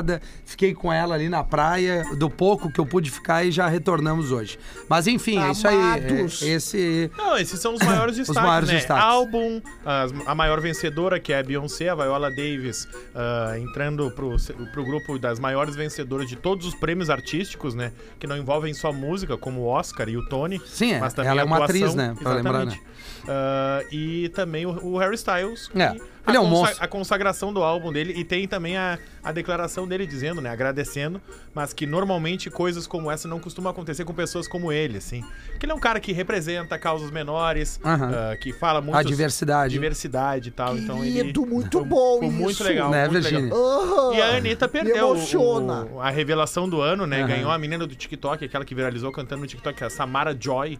E: Fiquei com ela ali na praia, do pouco que eu pude ficar e já retornamos hoje. Mas enfim, é isso aí.
A: Amados.
E: É- Esse.
G: Não, esses são os maiores destaques,
E: maiores
G: né?
E: destaques.
G: Álbum, as- a maior vencedora, que é a Beyoncé, a Viola Davis, ah, entrando pro, se- pro grupo das maiores vencedoras de todos os prêmios artísticos, né? Que não envolvem só música, como o Oscar e o Tony.
E: Sim, é.
G: mas também
E: Ela é uma
G: atuação.
E: atriz, né? Pra lembrar, né?
G: Exatamente. Ah, e também o, o Harry Styles. que
E: É,
G: a
E: ele é um
G: consa-
E: monstro.
G: A consagração do álbum dele. E tem também a, a declaração dele dizendo, né? Agradecendo, mas que normalmente coisas como essa não costumam acontecer com pessoas como ele, assim. Que ele é um cara que representa causas menores,
E: Aham.
G: ah, que fala muito.
E: A diversidade.
G: Diversidade e tal. então ele.
A: Querido, muito bom
G: Ficou muito
A: isso.
G: legal.
E: Né,
G: muito legal.
E: Virgínia?
A: Aham.
G: E a Anitta perdeu o-
A: emociona.
G: o- a revelação do ano, né?
E: Aham.
G: Ganhou a menina do TikTok, aquela que viralizou cantando no TikTok, a Samara Joy,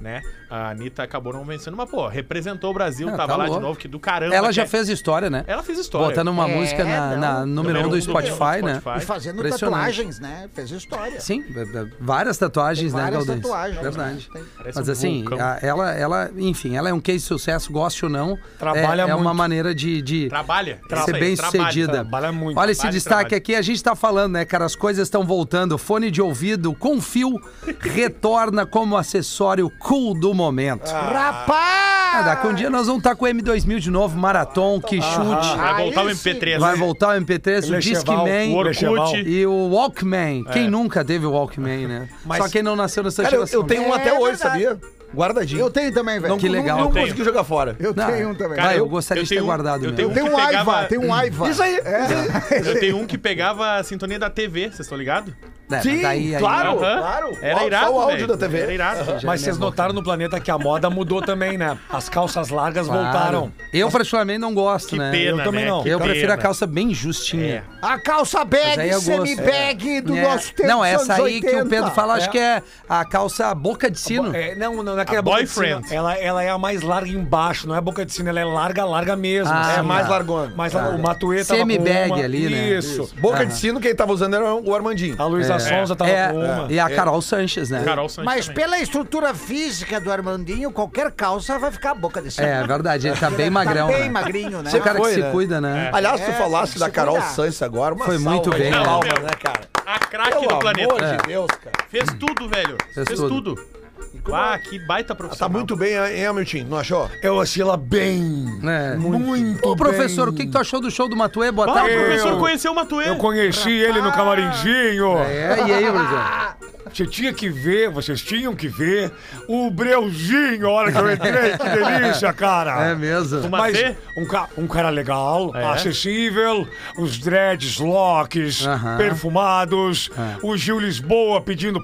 G: né? A Anitta acabou não vencendo, mas, pô, representou o Brasil,
E: Ah,
G: tava
E: tá
G: lá de
E: louco.
G: novo, que do caramba.
E: Ela já
G: que é-
E: fez história, né?
G: Ela fez história.
E: Botando uma
A: É,
E: música na,
A: não.
E: na número 1 um do Spotify, né?
A: E fazendo
E: Impressionante.
A: tatuagens, né? Fez história.
E: Sim, b- b- várias tatuagens, né,
A: Várias
E: Galdês?
A: tatuagens.
E: Verdade.
A: né?
G: Parece
E: Mas
G: um
E: assim,
G: vulcão.
E: a- ela, ela, enfim, ela é um case de sucesso, goste ou não.
H: Trabalha
E: é, É uma
H: muito.
E: maneira de, de
G: Trabalha.
E: ser bem sucedida.
H: trabalha muito.
E: Olha esse
G: Trabalha,
E: destaque
G: trabalha.
E: aqui, a gente tá falando, né, cara? As coisas estão voltando. Fone de ouvido com fio retorna como acessório cool do momento.
A: Rapaz! Então tá.
E: Ah, daqui um dia nós vamos estar com o M2000 de novo, Marathon, que chute.
F: Ah,
G: Vai voltar o
A: Aí sim.
G: MP3.
E: Vai voltar o MP3, o
H: Lecheval,
E: Discman.
G: O
H: Lecheval.
G: Orkut.
E: E o Walkman. Quem nunca teve o Walkman, né? Só quem não nasceu nessa
F: Cara, eu,
E: geração.
F: eu tenho um
A: É
F: até hoje,
A: verdade.
F: sabia? Guardadinho.
A: Eu tenho também, velho.
E: Que legal.
F: Não,
E: Eu tenho.
F: consegui jogar fora.
A: Eu
E: Não,
A: tenho um também.
E: Cara, eu
A: eu
E: gostaria
G: eu
E: de ter
G: tenho um-
E: guardado
G: eu
E: mesmo.
G: tenho
A: tenho um
G: que pegava-
A: Aiva, tenho um Aiva.
F: Isso aí.
G: Eu tenho um que pegava a sintonia da TV, vocês estão ligados?
E: É, mas
F: Sim,
E: daí- aí-
F: claro,
G: Aham.
F: claro.
G: Era
F: Só
G: irado,
F: o áudio
G: velho.
F: da TV.
G: Era irado.
H: Mas vocês notaram no planeta que a moda mudou também, né? As calças largas
E: Claro.
H: voltaram.
E: Eu, particularmente, não gosto,
G: Que
E: né?
G: pena,
H: eu também
G: né?
H: não.
G: Que
E: eu
G: pena.
E: prefiro a calça bem justinha.
G: É.
A: A calça
E: Mas aí
A: bag,
E: eu gosto.
A: semi-bag do
E: Né?
A: nosso tempo.
E: Não,
A: dos
E: essa
A: anos
E: aí que o
A: 80.
E: Pedro fala,
H: É.
E: acho que é a calça boca de sino.
H: É, não, não, naquela
G: A
H: boca de sino.
G: boyfriend.
H: Ela, ela é a mais larga embaixo, não é boca de sino, ela é larga, larga mesmo.
E: Ah,
H: assim,
E: é mais
H: cara.
F: largona.
H: Mais larga. O Matuê tava
E: Semi-bag
H: com uma.
E: ali, né?
H: Isso.
F: Boca de sino, quem tava usando era o Armandinho.
H: A Luísa Sonza tava
E: É,
H: com tá uma.
E: E a Carol Sanches, né?
G: Carol Santos
A: Mas
G: também.
A: pela estrutura física do Armandinho, qualquer calça vai ficar a boca desse
E: É, verdade, ele tá bem magrão.
A: Tá bem
E: né?
A: magrinho, né?
E: Você é o cara
F: Foi,
E: que se
F: né?
E: cuida, né?
F: Aliás, tu
A: É,
F: falasse
A: tem que
F: da
A: se
F: Carol
A: cuidar.
F: Sanches agora, uma
E: Foi muito
F: salva
E: bem,
F: de
E: né?
F: palmas,
G: Meu.
F: né, cara?
G: A craque
F: Pelo
G: do planeta.
F: amor
E: É.
F: de Deus, cara.
G: Fez tudo, velho. Fez,
E: Fez
G: tudo.
E: tudo.
G: Ah, que baita profissional.
F: Tá muito bem, hein, Hamilton? Não achou?
H: É. Eu achei ela bem.
G: né?
E: É.
H: Muito
E: Ô, professor,
H: bem.
E: o que, que tu achou do show do Matuê? Boa
G: Ah, o
E: tarde,
G: professor
H: Eu-
G: conheceu o Matuê.
H: Eu conheci ele no camarinzinho.
E: É, e aí, É, professor?
H: Você tinha que ver, vocês tinham que ver o Breuzinho, a hora que eu entrei, que delícia, cara.
E: É mesmo.
G: Uma
H: Mas
G: C?
H: um, ca- um cara legal,
G: É?
H: acessível, os dreads locks,
E: Aham.
H: perfumados, o Gil Lisboa pedindo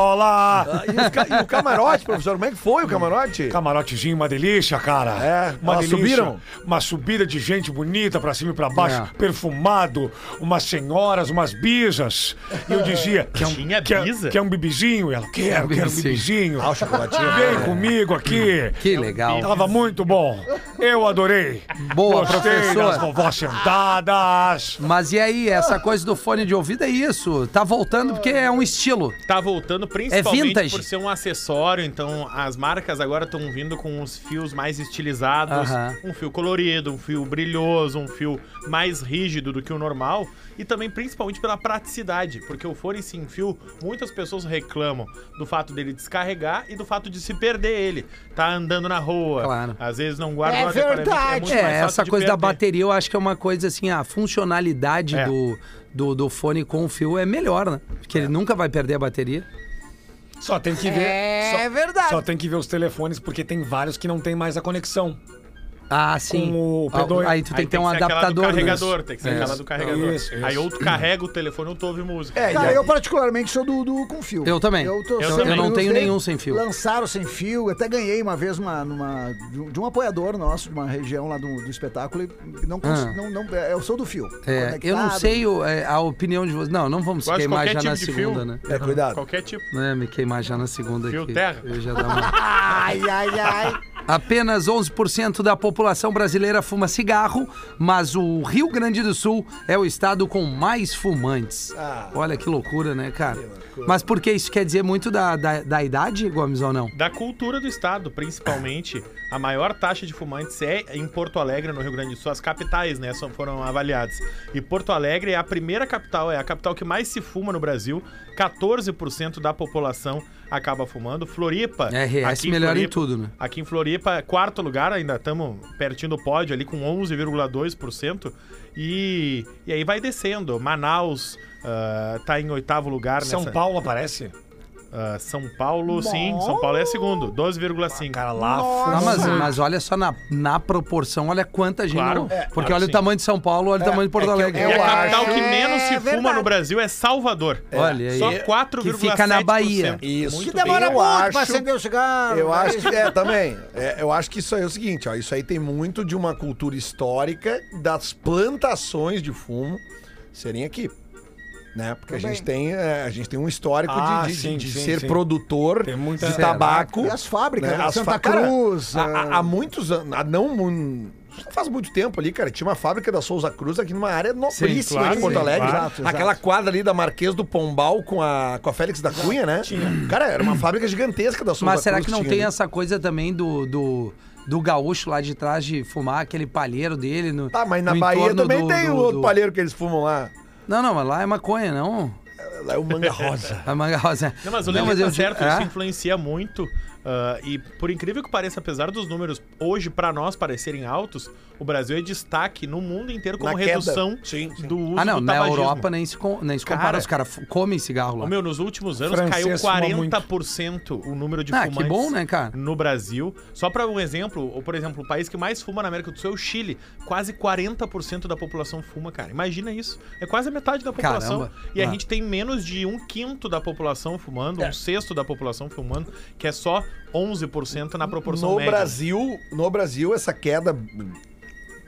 H: passa-bola.
F: E, os ca- e o camarote, professor, como é que foi o camarote?
H: Camarotezinho, uma delícia, cara.
F: É,
H: uma
F: elas
H: delícia.
F: subiram?
H: Uma subida de gente bonita pra cima e pra baixo,
E: É.
H: perfumado, umas senhoras, umas bisas. E eu dizia: quer um,
G: Tinha
H: quer-
G: bisa?
H: quer um bibizinho? E Ela quer, quer um
E: bibizinho.
H: bibizinho.
F: Ah, o chocolatinho.
H: Vem comigo aqui.
E: Que legal.
H: Tava muito bom. Eu adorei.
E: Boa,
H: Gostei
E: professor.
H: das vovós sentadas.
E: Mas e aí, essa coisa do fone de ouvido é isso? Tá voltando porque é um estilo.
G: Tá voltando
E: É
G: principalmente
E: vintage.
G: por ser um acessório, então as marcas agora estão vindo com uns fios mais estilizados,
E: Aham.
G: um fio colorido, um fio brilhoso, um fio mais rígido do que o normal e também principalmente pela praticidade, porque o fone sem fio, muitas pessoas reclamam do fato dele descarregar e do fato de se perder ele. Tá andando na rua,
E: Claro.
G: às vezes não guarda
A: É
G: o adequadamente,
A: verdade.
G: muito
E: É,
G: mais fácil
E: essa
G: de
E: coisa da
G: perder.
E: bateria eu acho que é uma coisa assim, a funcionalidade
G: É.
E: do, do, do fone com o fio é melhor, né? Porque ele nunca vai perder a bateria.
H: Só tem que ver.
A: É
H: só-
A: verdade.
H: Só tem que ver os telefones, porque tem vários que não tem mais a conexão.
E: Ah, sim.
H: Com o P2.
E: Aí tu tem
G: Aí
E: que ter um
G: ser aquela
E: adaptador. né?
G: do carregador, tem que ser aquela do carregador.
H: Isso, isso.
G: Aí ou tu carrega o telefone ou tu ouve música.
F: É,
A: Cara,
F: e
A: eu particularmente sou do, do com fio.
E: Eu também.
A: tô-
G: Eu também. Eu não
E: tenho
A: usei-
E: nenhum sem fio.
A: Lançaram sem fio. Até ganhei uma vez uma, numa- de um- de um apoiador nosso, de uma região lá do, do espetáculo. E não, cons-
E: Ah.
A: não, não- é, Eu sou do fio.
E: É, eu não
A: Conectado.
E: sei o- é, a opinião de vocês. Não, não vamos se
G: Gosto de
E: queimar já
G: qualquer
E: na
G: tipo de
E: segunda,
G: fio.
E: né?
F: É, cuidado.
G: Qualquer tipo.
E: Não é me queimar já na segunda
G: Fio
E: aqui.
G: terra.
E: Eu já dá uma...
A: Ai, ai, ai.
E: Apenas 11% da população brasileira fuma cigarro, mas o Rio Grande do Sul é o estado com mais fumantes. Olha que loucura, né, cara? Mas por que isso quer dizer muito da, da, da idade, Gomes, ou não?
G: Da cultura do estado, principalmente. A maior taxa de fumantes é em Porto Alegre, no Rio Grande do Sul. As capitais, né, são- foram avaliadas. E Porto Alegre é a primeira capital, é a capital que mais se fuma no Brasil. 14% da população acaba fumando. Floripa.
E: RS
G: aqui
E: melhora é em
G: Floripa-
E: tudo, né?
G: Aqui em Floripa, quarto lugar, ainda estamos pertinho do pódio ali com 11,2%. E, e aí vai descendo. Manaus ah, tá em oitavo lugar
H: São
G: nessa-
H: Paulo aparece?
G: ah, São Paulo, sim, São Paulo é segundo, 12,5.
H: Cara, lá
E: Ah,
H: fora.
E: mas, mas olha só na, na proporção, olha quanta gente.
G: Claro,
E: não-
G: é,
E: Porque
G: claro
E: olha
G: sim.
E: o tamanho de São Paulo, olha o tamanho de Porto Alegre.
G: E a
F: Eu
G: capital
A: acho-
G: que menos se
A: É
G: fuma
A: verdade.
G: no Brasil é Salvador.
E: Olha aí.
G: Só
E: Que
G: 4,7%.
E: fica na Bahia.
F: Isso.
A: Que demora
F: Eu
A: muito
F: acho-
A: pra acender o cigarro. né?
F: Eu
A: Aí
F: acho que é também. É, eu acho que isso aí é o seguinte, ó. Isso aí tem muito de uma cultura histórica das plantações de fumo serem aqui. Né? Porque a
A: Também.
F: gente, tem, é, a gente tem um histórico de-
H: Ah,
F: de, de-
H: sim,
F: de
H: sim,
F: ser
H: sim.
F: produtor
H: Tem muita-
F: de
H: Será?
F: tabaco.
A: E as fábricas,
F: né?
A: né?
F: As
A: Santa
F: fa- cara,
A: Cruz.
F: há-
A: ah,
F: há, há muitos anos, há não mu- não faz muito tempo ali, cara, tinha uma fábrica da Souza Cruz aqui numa área nobríssima
E: Sim, claro,
F: de Porto
E: sim,
F: Alegre.
A: claro.
F: já.
A: Exato, exato.
F: Aquela quadra ali da Marquês do Pombal com a, com a Félix da Cunha, né? Cara, era uma fábrica gigantesca da Souza Cruz.
E: Mas será que não
F: tinha
E: tem
F: ali.
E: essa coisa também do, do, do gaúcho lá de trás de fumar aquele palheiro dele? No,
F: Tá, mas na
E: no
F: Bahia
E: entorno
F: também
E: do-
F: tem
E: do-
F: o outro
E: do-
F: palheiro que eles fumam lá.
E: Não, não, mas lá é maconha, não.
F: Lá é o manga rosa.
E: A manga rosa.
G: Não, mas o Lelê tá
E: né? eu-
G: certo,
E: é?
G: isso influencia muito. ah, e por incrível que pareça, apesar dos números hoje pra nós parecerem altos, o Brasil é destaque no mundo inteiro como
F: Na queda.
G: redução
F: Sim, sim.
G: do uso
E: Ah, não,
G: do
E: na
G: tabagismo.
E: Europa nem se, com- nem se compara,
G: Cara,
E: os caras fu- comem cigarro
G: Ô,
E: lá.
G: Meu, nos últimos anos
H: Francês fuma
G: caiu 40% o número de
E: Ah, que
G: fumantes
E: bom, né, cara?
G: no Brasil. Só pra um exemplo, ou por exemplo, o país que mais fuma na América do Sul é o Chile. Quase 40% da população fuma, cara. Imagina isso. É quase a metade da população.
E: Caramba.
G: E a
E: Ah. É.
G: gente tem menos de um quinto da população fumando, um sexto da população fumando, que é só 11% na proporção
F: No
G: média.
F: Brasil, no Brasil, essa queda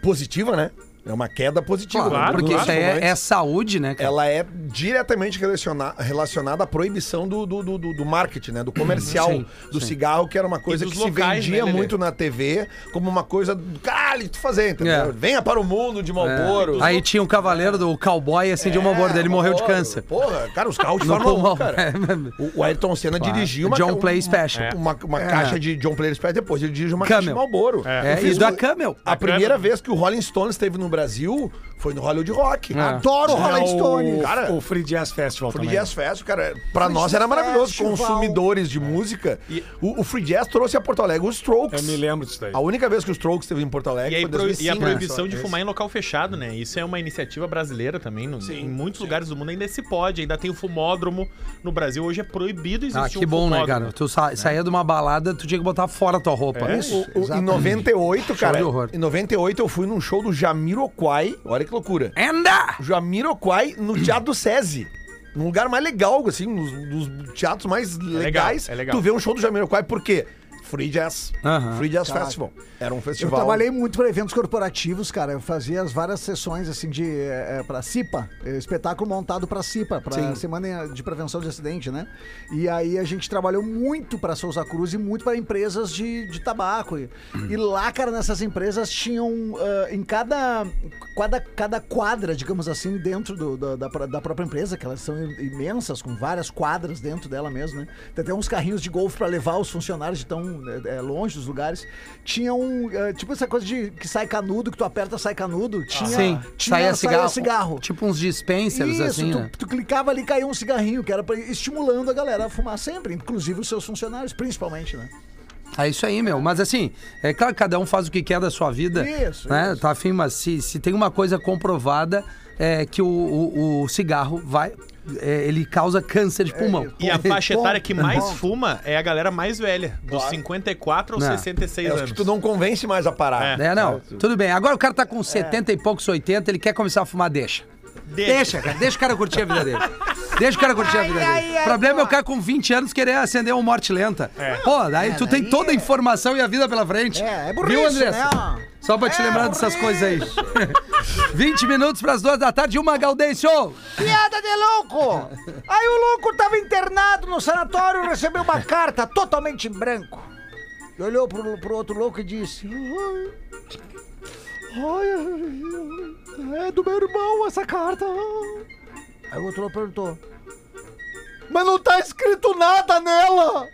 F: positiva, né? É uma queda
G: tipo,
F: positiva.
E: Claro,
F: né?
E: porque
F: Dos
E: isso aí é,
F: fumantes.
E: é saúde, né, cara?
F: Ela é diretamente relaciona- relacionada à proibição do, do, do, do- do marketing, né? Do comercial
E: Uhum. Sim,
F: do
E: sim.
F: cigarro, que era uma coisa
G: E
F: que
G: dos
F: se
G: locais,
F: vendia
G: né, Lelê?
F: muito na TV como uma coisa do caralho tu fazer, entendeu?
E: É.
F: Venha para o mundo de Malboro.
E: Aí tinha um cavaleiro do cowboy assim, acendeu uma borda, ele morreu de câncer.
F: É, Porra, cara, os carros de
E: No
F: Fórmula 1,
E: pulmão. É.
F: cara. O, o Ayrton Senna dirigiu uma,
E: John
F: um-
E: Play
F: um-
E: Special. É.
F: Uma, uma caixa de John Player Special, depois ele dirige uma caixa de
E: Camel.
F: Malboro.
E: É, e
G: um-
E: da Camel.
F: A
G: Da
F: primeira
G: Camel.
F: vez que o Rolling Stones esteve no Brasil foi no Hollywood Rock.
E: É.
A: Adoro
F: Tinha
A: Rolling
F: o-
A: Stones.
F: Cara,
H: o Free Jazz Festival
F: Free
H: também.
F: Jazz Festival, cara, pra
A: Free
F: nós era
A: Jazz
F: maravilhoso.
A: Festival.
F: Consumidores de música. O, o Free Jazz trouxe a Porto Alegre os Strokes.
H: Eu me lembro disso daí.
F: A única vez que os Strokes esteve em Porto Alegre
G: E, aí,
F: foi em
G: pro-
F: 2005.
G: e a proibição
F: né?
G: de
F: Esse.
G: fumar em local fechado, né? Isso é uma iniciativa brasileira também. no- em muitos lugares do mundo ainda se pode. Ainda tem o fumódromo. No Brasil hoje é proibido existir
E: Ah,
G: um
E: que bom, né,
G: fumódromo.
E: cara? Tu sa saía de uma balada, tu tinha que botar fora a tua roupa.
G: É.
F: O- o- em 98, cara,
E: de horror.
F: em 98 eu fui num show do Jamiroquai. Olha que loucura.
E: Anda!
F: Jamiroquai no Teatro do SESI. Num lugar mais legal, assim, nos, nos teatros mais legais.
G: é legal.
F: Tu vê um show do Jamiroquai, por quê? Free Jazz.
E: Aham.
F: Free Jazz Festival. Era um
A: Eu
F: festival.
A: trabalhei muito para eventos corporativos, cara. Eu fazia as várias sessões assim de eh, eh, pra CIPA, eh, espetáculo montado pra CIPA, para semana de prevenção de acidente, né? E aí a gente trabalhou muito pra Souza Cruz e muito pra empresas de, de tabaco. E, e lá, cara, nessas empresas tinham ah, em cada, cada cada quadra, digamos assim, dentro do- da, da pró- da própria empresa, que elas são imensas com várias quadras dentro dela mesmo, né? Tem até uns carrinhos de golfe pra levar os funcionários de tão eh, eh, longe dos lugares. Tinha um. eh, tipo essa coisa de que sai canudo, que tu aperta, sai canudo. Tinha,
E: Ah, Sim,
A: tinha
E: saía cigarro,
A: cigarro.
E: Tipo uns dispensers,
A: Isso,
E: assim,
A: tu,
E: né?
A: tu clicava ali e caía um cigarrinho, que era pra, estimulando a galera a fumar sempre, inclusive os seus funcionários, principalmente, né?
E: É isso aí, meu. Mas assim, é claro que cada um faz o que quer da sua vida.
A: Isso,
E: né?
A: isso.
E: Tá afim, mas se, se tem uma coisa comprovada é que o, o- o cigarro vai. é, ele causa câncer de pulmão.
A: É isso.
G: E a faixa etária que
A: Ponto.
G: mais
A: Ponto.
G: fuma é a galera mais velha, dos 54 aos
E: Não.
G: 66
F: É os
G: anos.
F: que tu não convence mais a parar.
E: É, não, tudo bem. Agora o cara tá
A: É.
E: com 70 e poucos, 80, ele quer começar a fumar, deixa.
G: Deixa.
E: Deixa, cara, deixa o cara curtir a vida dele. Deixa o cara curtir a vida dele. O problema é o cara com 20 anos querer acender uma morte lenta. Pô, daí tu tem toda a informação e a vida pela frente.
A: É, é burrice,
E: Viu, Andressa?
A: né, ó?
E: Só pra te
A: É
E: lembrar dessas coisas aí.
A: burrice.
E: 20 minutos pras duas da tarde, uma Gaudêncio.
A: Piada de louco! Aí o louco tava internado no sanatório e recebeu uma carta totalmente em branco. E olhou pro, pro outro louco e disse: "Ai, ai, ai, É do meu irmão essa carta. Aí o outro louco perguntou: Mas não tá escrito nada nela!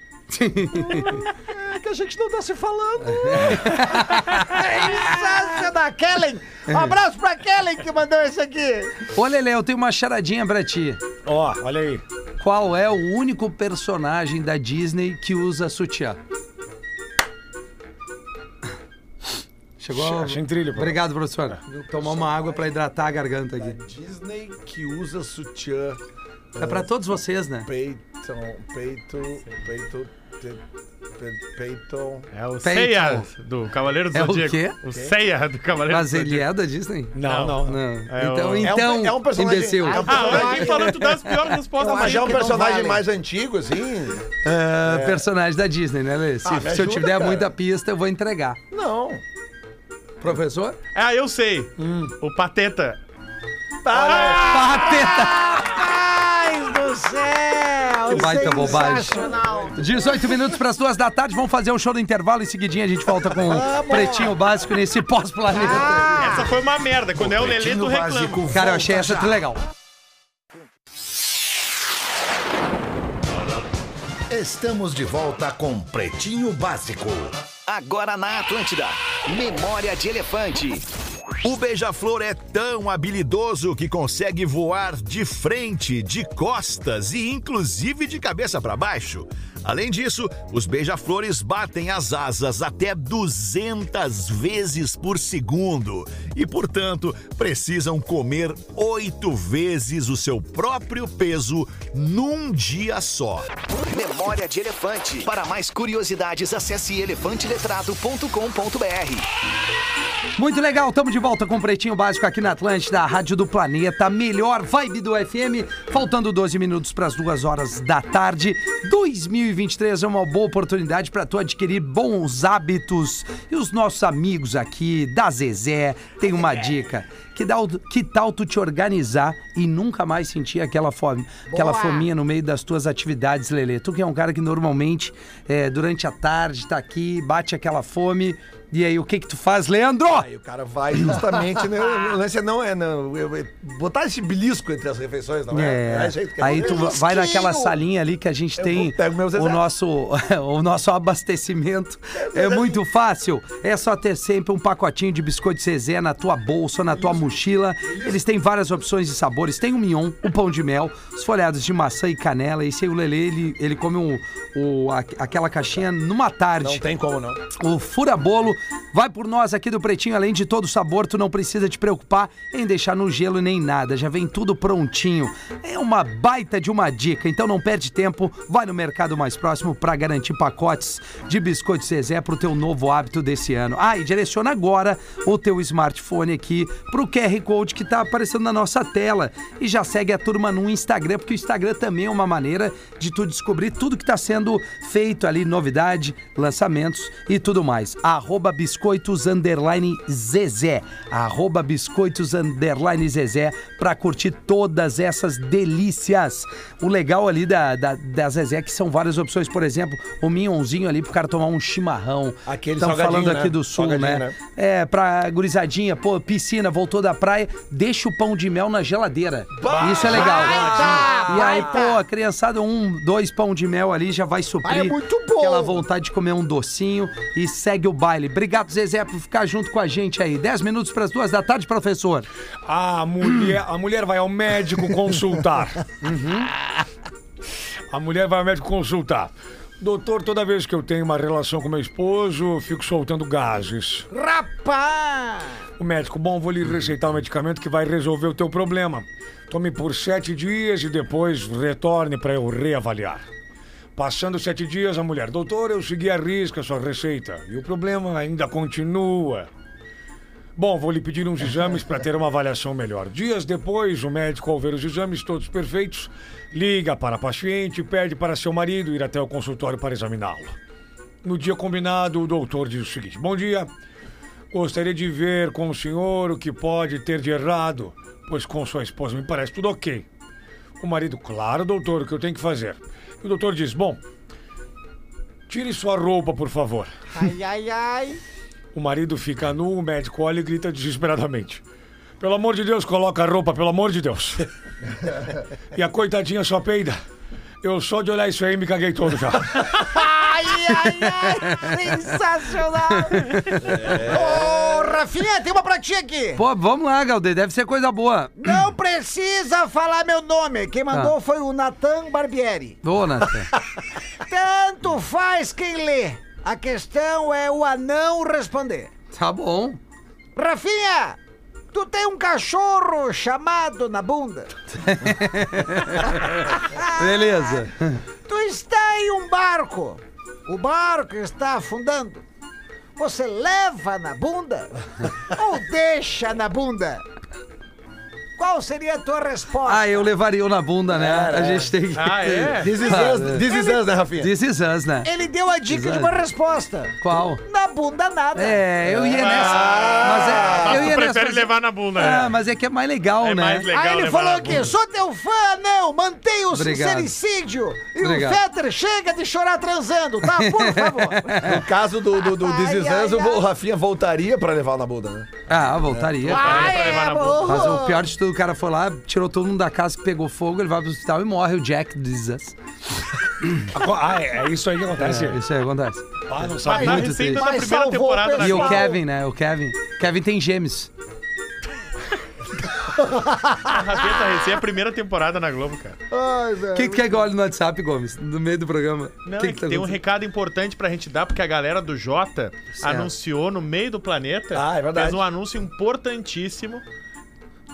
A: É que a gente não tá se falando. É Sensacional da Kellen. Um abraço pra Kellen que mandou isso aqui.
E: Ô, Lele, eu tenho uma charadinha pra ti.
H: Ó, olha aí.
E: Qual é o único personagem da Disney que usa sutiã? Chegou.
H: Achei em trilha, pô.
E: Obrigado, professora. Tomar uma água pra hidratar a garganta aqui.
F: Disney que usa sutiã,
E: É pra todos vocês, né?
F: peito, peito, peito, peito.
G: É
E: Peyton.
G: o Seiya do Cavaleiro do
E: É o
G: Zodíaco.
E: quê?
G: O Seiya do Cavaleiro do
E: Mas
G: Zodíaco.
E: ele é da Disney?
H: Não, não. não.
E: Não.
G: É
E: então,
F: um-
G: o- é
E: então,
F: é um personagem-
E: imbecil.
F: é um
G: Ah, olha
F: personagem-
G: quem falou, tu dá as piores respostas.
F: Mas já é um
G: possíveis.
F: personagem mais antigo, assim?
E: Ah, Personagem da Disney, né, Lê? Se,
F: Ah, me
E: se eu
F: ajuda,
E: tiver
F: cara.
E: muita pista, eu vou entregar.
F: Não.
E: Professor?
G: Ah, eu sei. O Pateta.
E: Pateta!
A: Paz do céu!
E: Que baita bobagem.
A: sensacional.
E: 18 minutos para as duas da tarde, vamos fazer um show no intervalo. Em seguidinha a gente volta com o Pretinho Básico nesse pós-planeta.
F: Ah,
G: Ah, Essa foi uma merda. Quando é o Lelê, tu reclama.
E: Cara, eu achei essa tudo legal.
I: Estamos de volta com Pretinho Básico.
J: Agora na Atlântida. Memória de Elefante.
I: O beija-flor é tão habilidoso que consegue voar de frente, de costas e inclusive de cabeça para baixo. Além disso, os beija-flores batem as asas até 200 vezes por segundo e, portanto, precisam comer oito vezes o seu próprio peso num dia só.
J: Memória de Elefante. Para mais curiosidades, acesse elefanteletrado.com.br.
E: Muito legal, estamos de volta com o Pretinho Básico aqui na Atlântida, a Rádio do Planeta, a melhor vibe do FM. Faltando 12 minutos para as duas horas da tarde. 2023 é uma boa oportunidade para tu adquirir bons hábitos. E os nossos amigos aqui da Zezé têm uma dica. Que tal, que tal tu te organizar e nunca mais sentir aquela fome, aquela fominha no meio das tuas atividades, Lelê? Tu que é um cara que normalmente, eh, durante a tarde, tá aqui, bate aquela fome. E aí, o que que tu faz, Leandro?
F: Aí o cara vai justamente, né? O lance não é não, eu- eu- botar esse belisco entre as refeições, não é?
E: É,
F: É, jeito que é.
E: aí tu va- vai naquela
F: Belisquinho!
E: salinha ali que a gente tem
F: vou- pego meu Zezé.
E: o nosso, o nosso abastecimento. É muito fácil. É só ter sempre um pacotinho de biscoito Zezé na tua bolsa, na tua mochila. Eles têm várias opções de sabores. Tem o mignon, o pão de mel, os folhados de maçã e canela. Esse aí o Lelê, ele, ele come o, o- a- aquela caixinha numa tarde.
F: Não tem como não.
E: O furabolo vai por nós aqui do Pretinho. Além de todo o sabor, tu não precisa te preocupar em deixar no gelo nem nada. Já vem tudo prontinho. É uma baita de uma dica. Então não perde tempo. Vai no mercado mais próximo para garantir pacotes de biscoito Zezé pro teu novo hábito desse ano. Ah, e direciona agora o teu smartphone aqui pro QR Code que tá aparecendo na nossa tela. E já segue a turma no Instagram, porque o Instagram também é uma maneira de tu descobrir tudo que tá sendo feito ali, novidade, lançamentos e tudo mais. Arroba biscoitos underline Zezé. Arroba biscoitos underline Zezé pra curtir todas essas delícias. O legal ali da, da, da Zezé é que são várias opções, por exemplo, o minhonzinho ali pro cara tomar um chimarrão.
F: Aquele
E: Tão
F: salgadinho,
E: falando
F: né?
E: aqui do sul, né?
F: Salgadinho, né?
E: É, pra gurizadinha, pô, piscina, voltou da praia, deixa o pão de mel na geladeira. Isso é legal. e aí, pô, a criançada, um, dois pão de mel ali já vai suprir
A: Ah, tá. é muito bom.
E: aquela vontade de comer um docinho e segue o baile. Obrigado, Zezé, por ficar junto com a gente aí. Dez minutos pras duas da tarde, professor.
H: A mulher, a mulher vai ao médico consultar. Uhum. A mulher vai ao médico consultar. Doutor, toda vez que eu tenho uma relação com meu esposo, eu fico soltando gases. Rapaz! O médico, bom, vou lhe receitar um medicamento que vai resolver o teu problema. Tome por sete dias e depois retorne para eu reavaliar. Passando sete dias, a mulher, doutor, eu segui a risca a sua receita e o problema ainda continua. Bom, vou lhe pedir uns exames para ter uma avaliação melhor. Dias depois, o médico, ao ver os exames todos perfeitos, liga para a paciente e pede para seu marido ir até o consultório para examiná-lo. No dia combinado, o doutor diz o seguinte: Bom dia, gostaria de ver com o senhor o que pode ter de errado, pois com sua esposa me parece tudo ok. O marido, claro, doutor, o que eu tenho que fazer? E o doutor diz: Bom, tire sua roupa, por favor. O marido fica nu, o médico olha e grita desesperadamente. Pelo amor de Deus, coloca a roupa, pelo amor de Deus. e a coitadinha só peida. Eu só de olhar isso aí me caguei todo já.
K: Ai, ai, ai! Sensacional! Ô, Rafinha, tem uma pra ti aqui!
E: Pô, vamos lá, Galdê, deve ser coisa boa. Tá.
K: Não precisa falar meu nome. Quem mandou foi o Natan Barbieri.
E: Ô, Nathan.
K: Tanto faz quem lê. A questão é o anão responder.
E: Tá bom.
K: Rafinha, tu tem um cachorro chamado na bunda.
E: Beleza.
K: Tu está em um barco. O barco está afundando. Você leva na bunda ou deixa na bunda? Qual seria a tua resposta?
E: Ah, eu levaria o na bunda, né? A gente tem que.
G: Ah, é?
F: This is us, this is us, né, Rafinha?
E: This is us, né?
K: Ele deu a dica de uma resposta.
E: Qual?
K: Na É bunda Ah, nada.
E: É, eu ia nessa. Mas é,
G: Mas
E: eu ia
G: Tá, tu
E: nessa.
G: prefere
E: mas-
G: levar na bunda,
E: Ah,
G: né?
E: mas é que é mais legal,
G: É
E: né?
G: mais legal
K: Aí ele
G: levar
K: falou
G: na
K: aqui,
G: bunda.
K: sou teu fã, não, mantenha o
E: Obrigado.
K: sincericídio. E
E: Obrigado.
K: o Fetter chega de chorar transando, tá? Por favor.
F: No caso do, do, do This
K: Ai,
F: Is
K: ai,
F: Us, o
K: ai.
F: o Rafinha voltaria pra levar na bunda, né?
E: Ah, voltaria.
K: Ah,
G: pra levar
K: é,
G: na boca.
E: Mas o
K: burro.
E: pior de tudo, o cara foi lá, tirou todo mundo da casa que pegou fogo, ele vai pro hospital e morre o Jack do Desas.
H: ah, é, é isso aí que acontece.
E: É, isso aí acontece.
H: Ah, não
G: Tá
H: sabia.
G: na
E: muito triste.
G: receita da
K: Mas
G: primeira
K: salvou o
G: temporada da
E: E o
K: Uau.
E: Kevin, né? O Kevin. Kevin tem gêmeos.
G: Rabeta Recém, a primeira temporada na Globo, cara.
A: Ai,
E: O
A: velho.
E: que, que quer que eu olhe no WhatsApp, Gomes? No meio do programa.
G: Não,
E: que
G: é
E: que
G: que
E: tá
G: tem um
E: acontecendo?
G: recado importante pra gente dar, porque a galera do Jota anunciou no meio do planeta.
F: Ah, é verdade.
G: Fez um anúncio importantíssimo.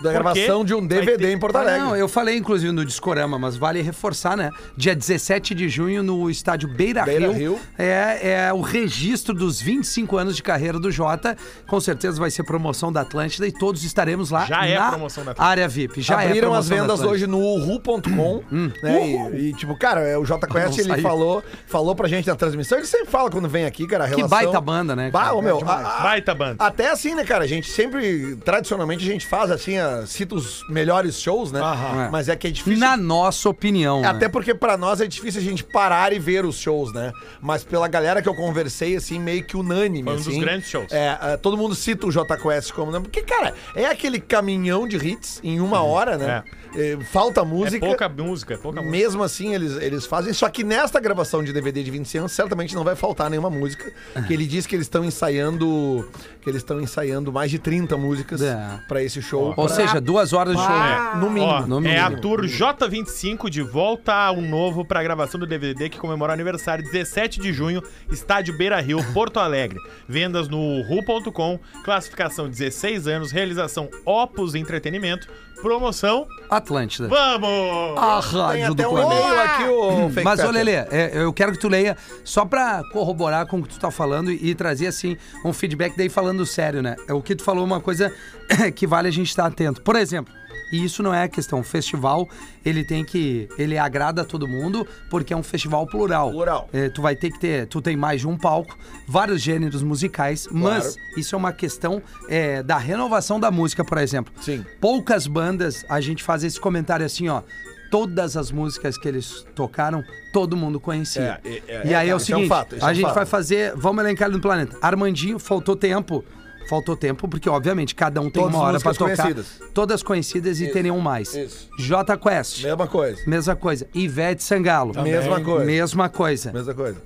F: Da gravação de um
G: Vai
F: DVD
G: ter-
F: em Porto
E: Ah,
F: Alegre.
E: não, eu falei inclusive no Discorama, mas vale reforçar, né? Dia 17 de junho no estádio Beira,
F: Beira
E: Rio.
F: Rio.
E: É, é o registro dos 25 anos de carreira do Jota. Com certeza vai ser promoção da Atlântida e todos estaremos lá.
G: Já é
E: na
G: promoção da Atlântida.
E: área VIP. Já é
F: Abriram
E: promoção
F: as vendas
E: da Atlântida.
F: hoje no uhu.com, né? E, e, tipo, cara, é, o Jota conhece,
E: Não
F: ele
E: saiu.
F: falou, falou pra gente na transmissão, ele sempre fala quando vem aqui, cara, a relação...
E: baita banda, né,
F: Bah,
E: cara?
F: ô, meu, a- a-
G: Baita banda.
F: até assim, né, cara, a gente sempre, tradicionalmente, a gente faz assim, a, né, cita os melhores shows, né?
H: Aham.
F: Mas é que é difícil.
E: Na nossa opinião. né?
F: Até porque pra nós é difícil a gente parar e ver os shows, né? Mas pela galera que eu conversei, assim, meio que unânime.
G: Foi um dos
F: assim,
G: grandes shows.
F: É, é, todo mundo cita o J Quest como né? Porque, cara, é aquele caminhão de hits em uma hora, né? É, falta
G: É
F: música.
G: pouca música, é pouca música.
F: Mesmo assim, eles, eles fazem. Só que nesta gravação de DVD de 25 anos, certamente não vai faltar nenhuma música. Que ele diz que eles estão ensaiando. Que eles estão ensaiando mais de 30 músicas
E: É.
F: pra esse show.
E: Ou seja, duas horas de show.
G: É,
F: no mínimo,
G: Ó,
E: no
G: É a
E: mínimo.
G: Tour J25 de volta ao novo para a gravação do DVD que comemora o aniversário 17 de junho, Estádio Beira Rio, Porto Alegre. Vendas no ru.com, classificação 16 anos, realização Opus Entretenimento, promoção.
E: Atlântida.
G: Vamos!
E: A
F: Tem
E: rádio
F: até
E: do
F: um
E: planeta.
F: e-mail aqui, ô Fake
E: Mas, ô
F: Peter.
E: Lelê, é, eu quero que tu leia, só pra corroborar com o que tu tá falando e, e trazer, assim, um feedback daí falando sério, né? É o que tu falou, uma coisa que vale a gente estar atento. Por exemplo, e isso não é questão, o festival, ele tem que... Ele agrada a todo mundo, porque é um festival plural.
F: Plural.
E: É, tu vai ter que ter... Tu tem mais de um palco, vários gêneros musicais, mas isso é uma questão é, da renovação da música, por exemplo.
F: Sim.
E: Poucas bandas a gente faz esse comentário assim, ó. Todas as músicas que eles tocaram, todo mundo conhecia.
F: É, é, é,
E: e aí é, o
F: cara, isso é um
E: seguinte,
F: fato, isso
E: a
F: é um
E: gente
F: fato.
E: vai fazer, vamos elencar ele no planeta. Armandinho, faltou tempo. Faltou tempo, porque obviamente cada um tem
F: Todas
E: uma hora pra
F: músicas
E: tocar.
F: conhecidas.
E: Todas conhecidas e teriam mais.
F: isso.
E: J Quest,
F: Mesma coisa.
E: mesma coisa. Ivete Sangalo,
F: Mesma coisa.
E: mesma coisa.
F: Mesma coisa.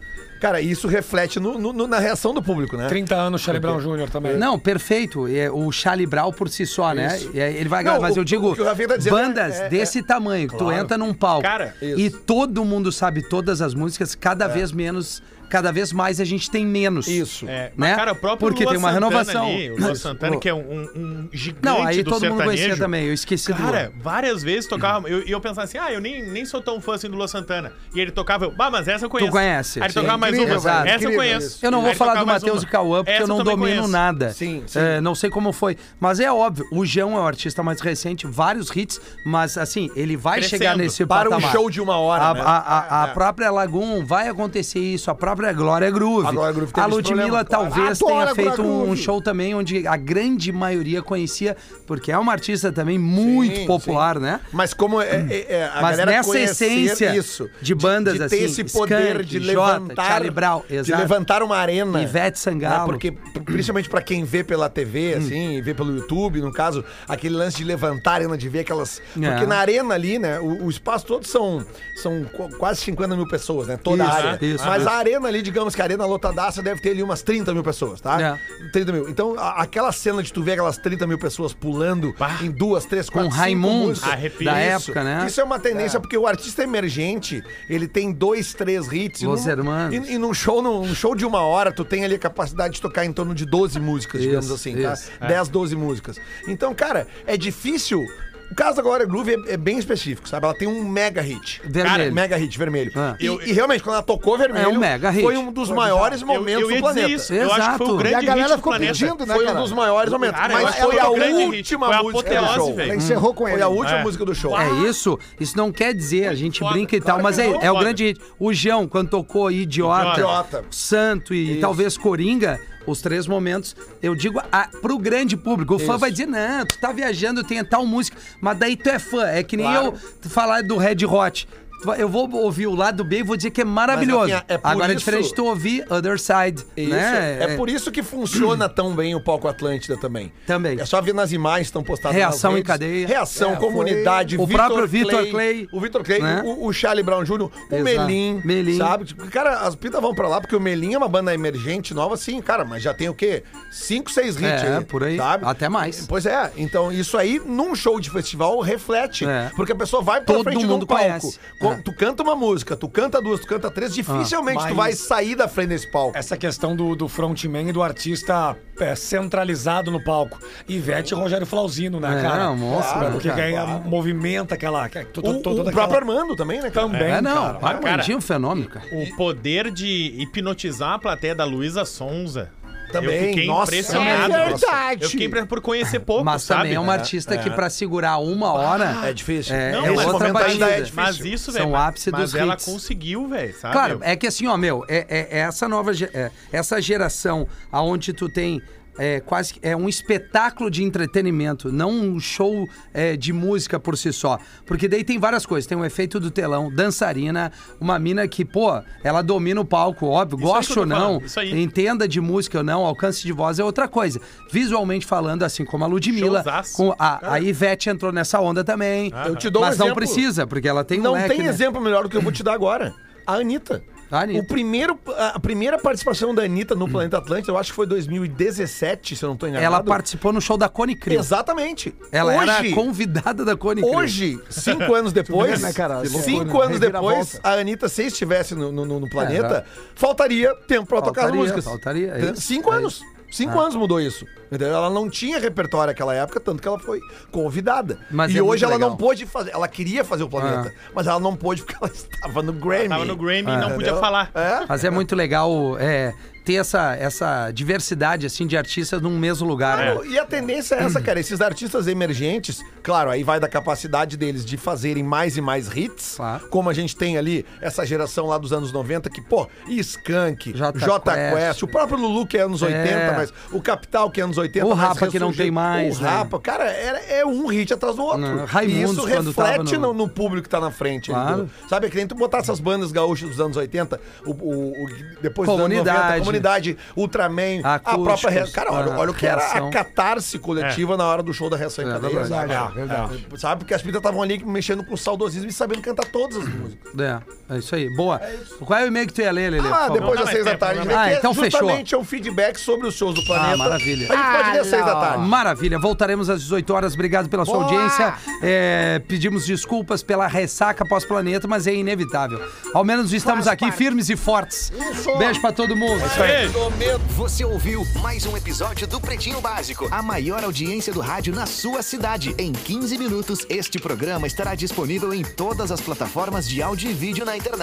F: Cara, isso reflete no- no- no- na reação do público, né?
H: 30 anos, Charlie Brown Jr. também.
E: Não, perfeito. É, o Charlie Brown por si só, né? É, Ele vai gravar.
F: Não,
E: Mas
F: o-
E: eu digo,
F: o que o Rafinha tá dizendo
E: bandas
F: é- é-
E: desse tamanho, que tu entra num palco
G: Cara,
E: e todo mundo sabe todas as músicas, cada vez menos, cada vez mais a gente tem menos.
F: É. Isso.
G: É,
E: Né?
G: mas, cara, o próprio
E: Porque
G: Luan
E: tem uma
G: Santana
E: renovação.
G: ali, o Luan Santana,
E: Pô.
G: que é um, um gigante
E: Não, aí
G: do
E: todo mundo
G: sertanejo.
E: conhecia também. Eu esqueci do
G: Cara,
E: Luan.
G: várias vezes tocava. Eu, e eu pensava assim, ah, eu nem, nem sou tão fã assim do Luan Santana. E ele tocava, eu, bah, mas essa eu conheço.
E: conhece,
G: Aí ele
E: sim.
G: tocava mais
E: Incrível,
G: uma.
E: exato.
G: Essa eu
F: Incrível
G: conheço.
F: isso.
E: Eu não
G: Aí
E: vou
G: ele
E: falar do
G: tocava mais
E: Matheus e
G: uma.
E: Cauã, porque
G: Essa
E: eu não
G: também
E: domino
G: conheço.
E: nada.
F: Sim, sim.
E: É, não sei como foi. Mas é óbvio, o Jão é o artista mais recente, vários hits, mas assim, ele vai
G: Crescendo.
E: chegar nesse
F: Para um
E: patamar. Ah,
F: show de uma hora,
E: A,
F: né?
E: a- a- a
F: É, é.
E: própria Lagoon vai acontecer isso, a própria Glória Groove.
F: A Glória Groove teve
E: A
F: esse
E: Ludmilla
F: problema, claro.
E: talvez
F: Adoro
E: tenha
F: a Glória
E: feito um, um
F: Groove.
E: show também onde a grande maioria conhecia, porque é uma artista também muito
F: Sim,
E: popular, né?
F: Mas como é, é- é a
E: Mas
F: galera
E: nessa
F: conhecer
E: essência
F: isso,
E: de bandas
F: de, de
E: assim,
F: ter esse poder
E: Skank,
F: de
E: Jota,
F: levantar,
E: Charlie Brown,
F: de
E: exato.
F: levantar uma arena,
E: Ivete Sangalo. Hum.
F: né? porque pr- principalmente pra quem vê pela TV, assim, vê pelo YouTube, no caso, aquele lance de levantar a arena, de ver aquelas,
E: É.
F: porque na arena ali, né, o, o espaço todo são são qu- quase 50 mil pessoas, né, toda
E: Isso,
F: a área.
E: isso,
F: Mas
E: isso.
F: a arena ali, digamos que a arena lotadaça deve ter ali umas 30 mil pessoas, tá?
E: É.
F: 30 mil. Então a- aquela cena de tu ver aquelas 30 mil pessoas pulando em duas, três,
E: Com
F: quatro, cinco
E: Raimundos,
F: músicas.
G: arrepio.
E: da
F: Isso.
E: época, né?
F: Isso é uma tendência, porque o artista emergente, ele tem dois, três hits. e
E: Los
F: num-
E: Hermanos.
F: E, e num show, num, um show de uma hora, tu tem ali a capacidade de tocar em torno de 12 músicas, digamos
E: Isso,
F: assim,
E: isso. É.
F: tá? 10, 12 músicas. Então, cara, é difícil. O caso da Glória Groove é, é bem específico, sabe? Ela tem um mega hit.
E: Vermelho.
F: mega hit, vermelho.
E: Ah.
F: E, e realmente, quando ela tocou vermelho,
E: É um mega hit.
F: foi um dos maiores
G: Eu-
F: momentos
G: eu ia
F: do
G: dizer
F: planeta.
G: isso. Eu acho que foi
E: Exato.
G: o
K: E
G: grande
K: a galera
G: hit do
K: ficou
G: planeta.
K: pedindo, né,
F: Foi
K: cara?
F: um dos maiores momentos.
G: Cara, eu
F: mas
G: acho que
F: foi
G: foi
F: a
G: o grande hit.
F: última
G: Foi a
F: música do
G: apoteose,
F: show.
G: velho.
K: Ela encerrou com ele.
F: Foi a última
G: É.
F: música do show.
E: É isso? Isso não quer dizer, a gente
G: foda,
E: brinca e
G: claro
E: tal, mas
G: que
E: é,
G: não,
E: é o
G: foda.
E: grande hit. O Jão, quando tocou Idiota,
F: Idiota.
E: Santo e talvez Coringa, os três momentos, eu digo a, pro grande público. O fã vai dizer, não, tu tá viajando, tem tal música, mas daí tu é fã. É que nem eu falar do Red Hot. Tu vai- Eu vou ouvir o lado B e vou dizer que é maravilhoso.
F: Mas, Rafinha, é por
E: Agora é
F: isso-
E: diferente de tu ouvir Other Side,
F: Isso.
E: né?
F: É por isso que funciona tão bem o palco Atlântida também.
E: Também.
F: É só ver nas imagens que estão postadas
E: Reação
F: nas
E: em
F: redes.
E: cadeia.
F: Reação,
E: É,
F: comunidade,
E: foi- O próprio Vitor Clay.
F: O Vitor Clay,
E: Né?
F: o, o Charlie Brown Jr., o
E: Exato.
F: Melim,
E: Melim.
F: sabe? Tipo, cara, as pintas vão pra lá porque o Melim é uma banda emergente, nova sim, cara, mas já tem o quê? Cinco, seis hits
E: É, por aí.
F: sabe?
E: Até mais.
F: Pois é. Então isso aí, num show de festival, reflete.
E: É.
F: Porque a pessoa vai pra
E: Todo
F: frente de um
E: mundo
F: palco.
E: conhece.
F: Quando
E: É. Ah.
F: Tu canta uma música, tu canta duas, tu canta três, dificilmente tu
H: mas-
F: vai sair da frente desse palco.
H: Essa questão do, do frontman e do artista é, centralizado no palco. Ivete e Rogério Flauzino, né,
E: É,
H: cara?
E: é um monstro, né,
H: Porque
E: cara?
H: ganha- movimenta aquela... to- to-
F: O,
H: toda
F: o
H: aquela-
F: próprio Armando também, né? Cara?
H: Também,
E: É, não,
H: cara.
E: Armandinho é um fenômeno, cara.
G: O poder de hipnotizar a plateia da Luísa Sonza.
F: Também,
G: eu fiquei
F: nossa.
G: impressionado.
K: É verdade.
G: Eu fiquei impressionado por conhecer pouco,
E: Mas
G: sabe?
E: também é uma artista que pra segurar uma hora...
F: É difícil.
E: É,
G: Não,
E: é
G: mas
E: outra
F: comentar ainda
E: batida.
F: é
G: difícil. Mas isso, velho.
E: São
G: mas-
E: ápice
G: mas
E: dos
G: ela
E: hits.
G: conseguiu, velho, sabe?
E: Claro, é que assim, ó, meu, é, é- é essa nova ge- é, essa geração é, aonde tu tem é quase que- é um espetáculo de entretenimento, não um show é, de música por si só. Porque daí tem várias coisas. Tem o efeito do telão, dançarina, uma mina que, pô, ela domina o palco, óbvio,
G: aí que eu
E: gosta
G: tô
E: ou não,
G: falando, isso aí.
E: entenda de música ou não, alcance de voz é outra coisa. Visualmente falando, assim como a Ludmilla,
G: Showzaço.
E: com a, a Ivete entrou nessa onda também.
F: Eu te dou um
E: Mas não
F: exemplo.
E: precisa, porque ela tem um
F: Não
E: leque,
F: tem
E: né?
F: exemplo melhor do que eu vou te dar agora. A Anitta.
E: A Anitta.
F: O primeiro, a a primeira participação da Anitta no Planeta Atlântico, eu acho que foi 2017, se eu não tô enganado.
E: Ela participou no show da Cone Crew.
F: Exatamente.
E: Ela era
F: Hoje-
E: convidada da Cone Crew.
F: Hoje, cinco anos depois,
A: vê, né, cara? Que loucura,
F: cinco
A: né?
F: anos depois, a Anitta, se estivesse no, no- no- no planeta,
E: Era.
F: faltaria tempo pra tocar as
E: É, Faltaria,
F: músicas.
E: faltaria, é
F: Entendeu?
E: isso,
F: cinco
E: é
F: anos.
E: isso.
F: Cinco anos mudou isso. entendeu? Ela não tinha repertório naquela época, tanto que ela foi convidada.
E: Mas
F: e
E: é muito
F: hoje ela
E: legal. Ah.
F: não pôde fazer. Ela queria fazer o planeta, mas ela não pôde porque ela estava no Grammy.
G: Tava no Grammy e não podia
F: Entendeu?
G: falar.
F: É?
E: Mas é muito legal é, ter essa, essa diversidade assim de artistas num mesmo lugar.
F: Claro,
E: né?
F: e a tendência é essa, cara. Esses artistas emergentes, claro, aí vai da capacidade deles de fazerem mais e mais hits.
E: Claro.
F: Como a gente tem ali essa geração lá dos anos 90 que, pô, Skank,
E: Jota
F: Jota,
E: Quest.
F: Quest, o próprio Lulu que é anos 80, mas o Capital que é anos 80.
E: O
F: mas
E: Rapa que não
F: ressurgiu.
E: tem mais,
F: O
E: né?
F: Rapa, cara, é, é um hit atrás do outro.
E: Não,
F: e
E: Raimundos,
F: isso
E: quando tava
F: reflete
E: no-
F: no... no público que tá na frente.
E: Claro.
F: entendeu? Sabe, é que nem tu botar essas bandas gaúchas dos anos 80, o, o- o- depois dos anos 90,
E: Comunidade.
F: a comunidade, Ultraman, a
E: Acústicos,
F: própria... re- Cara, olha,
E: ah,
F: olha o que era
E: reação.
F: a catarse coletiva na hora do show da reação em
E: É,
F: cadeia.
E: verdade.
F: sabe? É.
A: Verdade,
H: É.
A: verdade.
F: Sabe? Porque as pintas estavam ali mexendo com saudosismo e sabendo cantar todas as músicas.
E: É, é isso aí. Boa. Qual é o e-mail que tu ia ler, Lelê?
F: Ah,
E: por favor?
F: depois das
G: Não dá
F: seis
G: mais
F: da
G: tempo,
F: tarde.
G: não
E: dá mais tempo.
F: que
E: Ah, então
F: justamente é um feedback sobre os shows do planeta.
E: maravilha.
F: A gente pode ler às seis da tarde.
E: Maravilha, voltaremos às 18 horas. Obrigado pela sua
K: Boa!
E: audiência. É, pedimos desculpas pela ressaca pós-planeta, mas é inevitável. Ao menos estamos
K: Faz
E: aqui
K: parte.
E: firmes e fortes.
K: Isso.
E: Beijo pra todo mundo.
G: Beijo.
J: Você ouviu mais um episódio do Pretinho Básico, a maior audiência do rádio na sua cidade. Em 15 minutos, este programa estará disponível em todas as plataformas de áudio e vídeo na internet.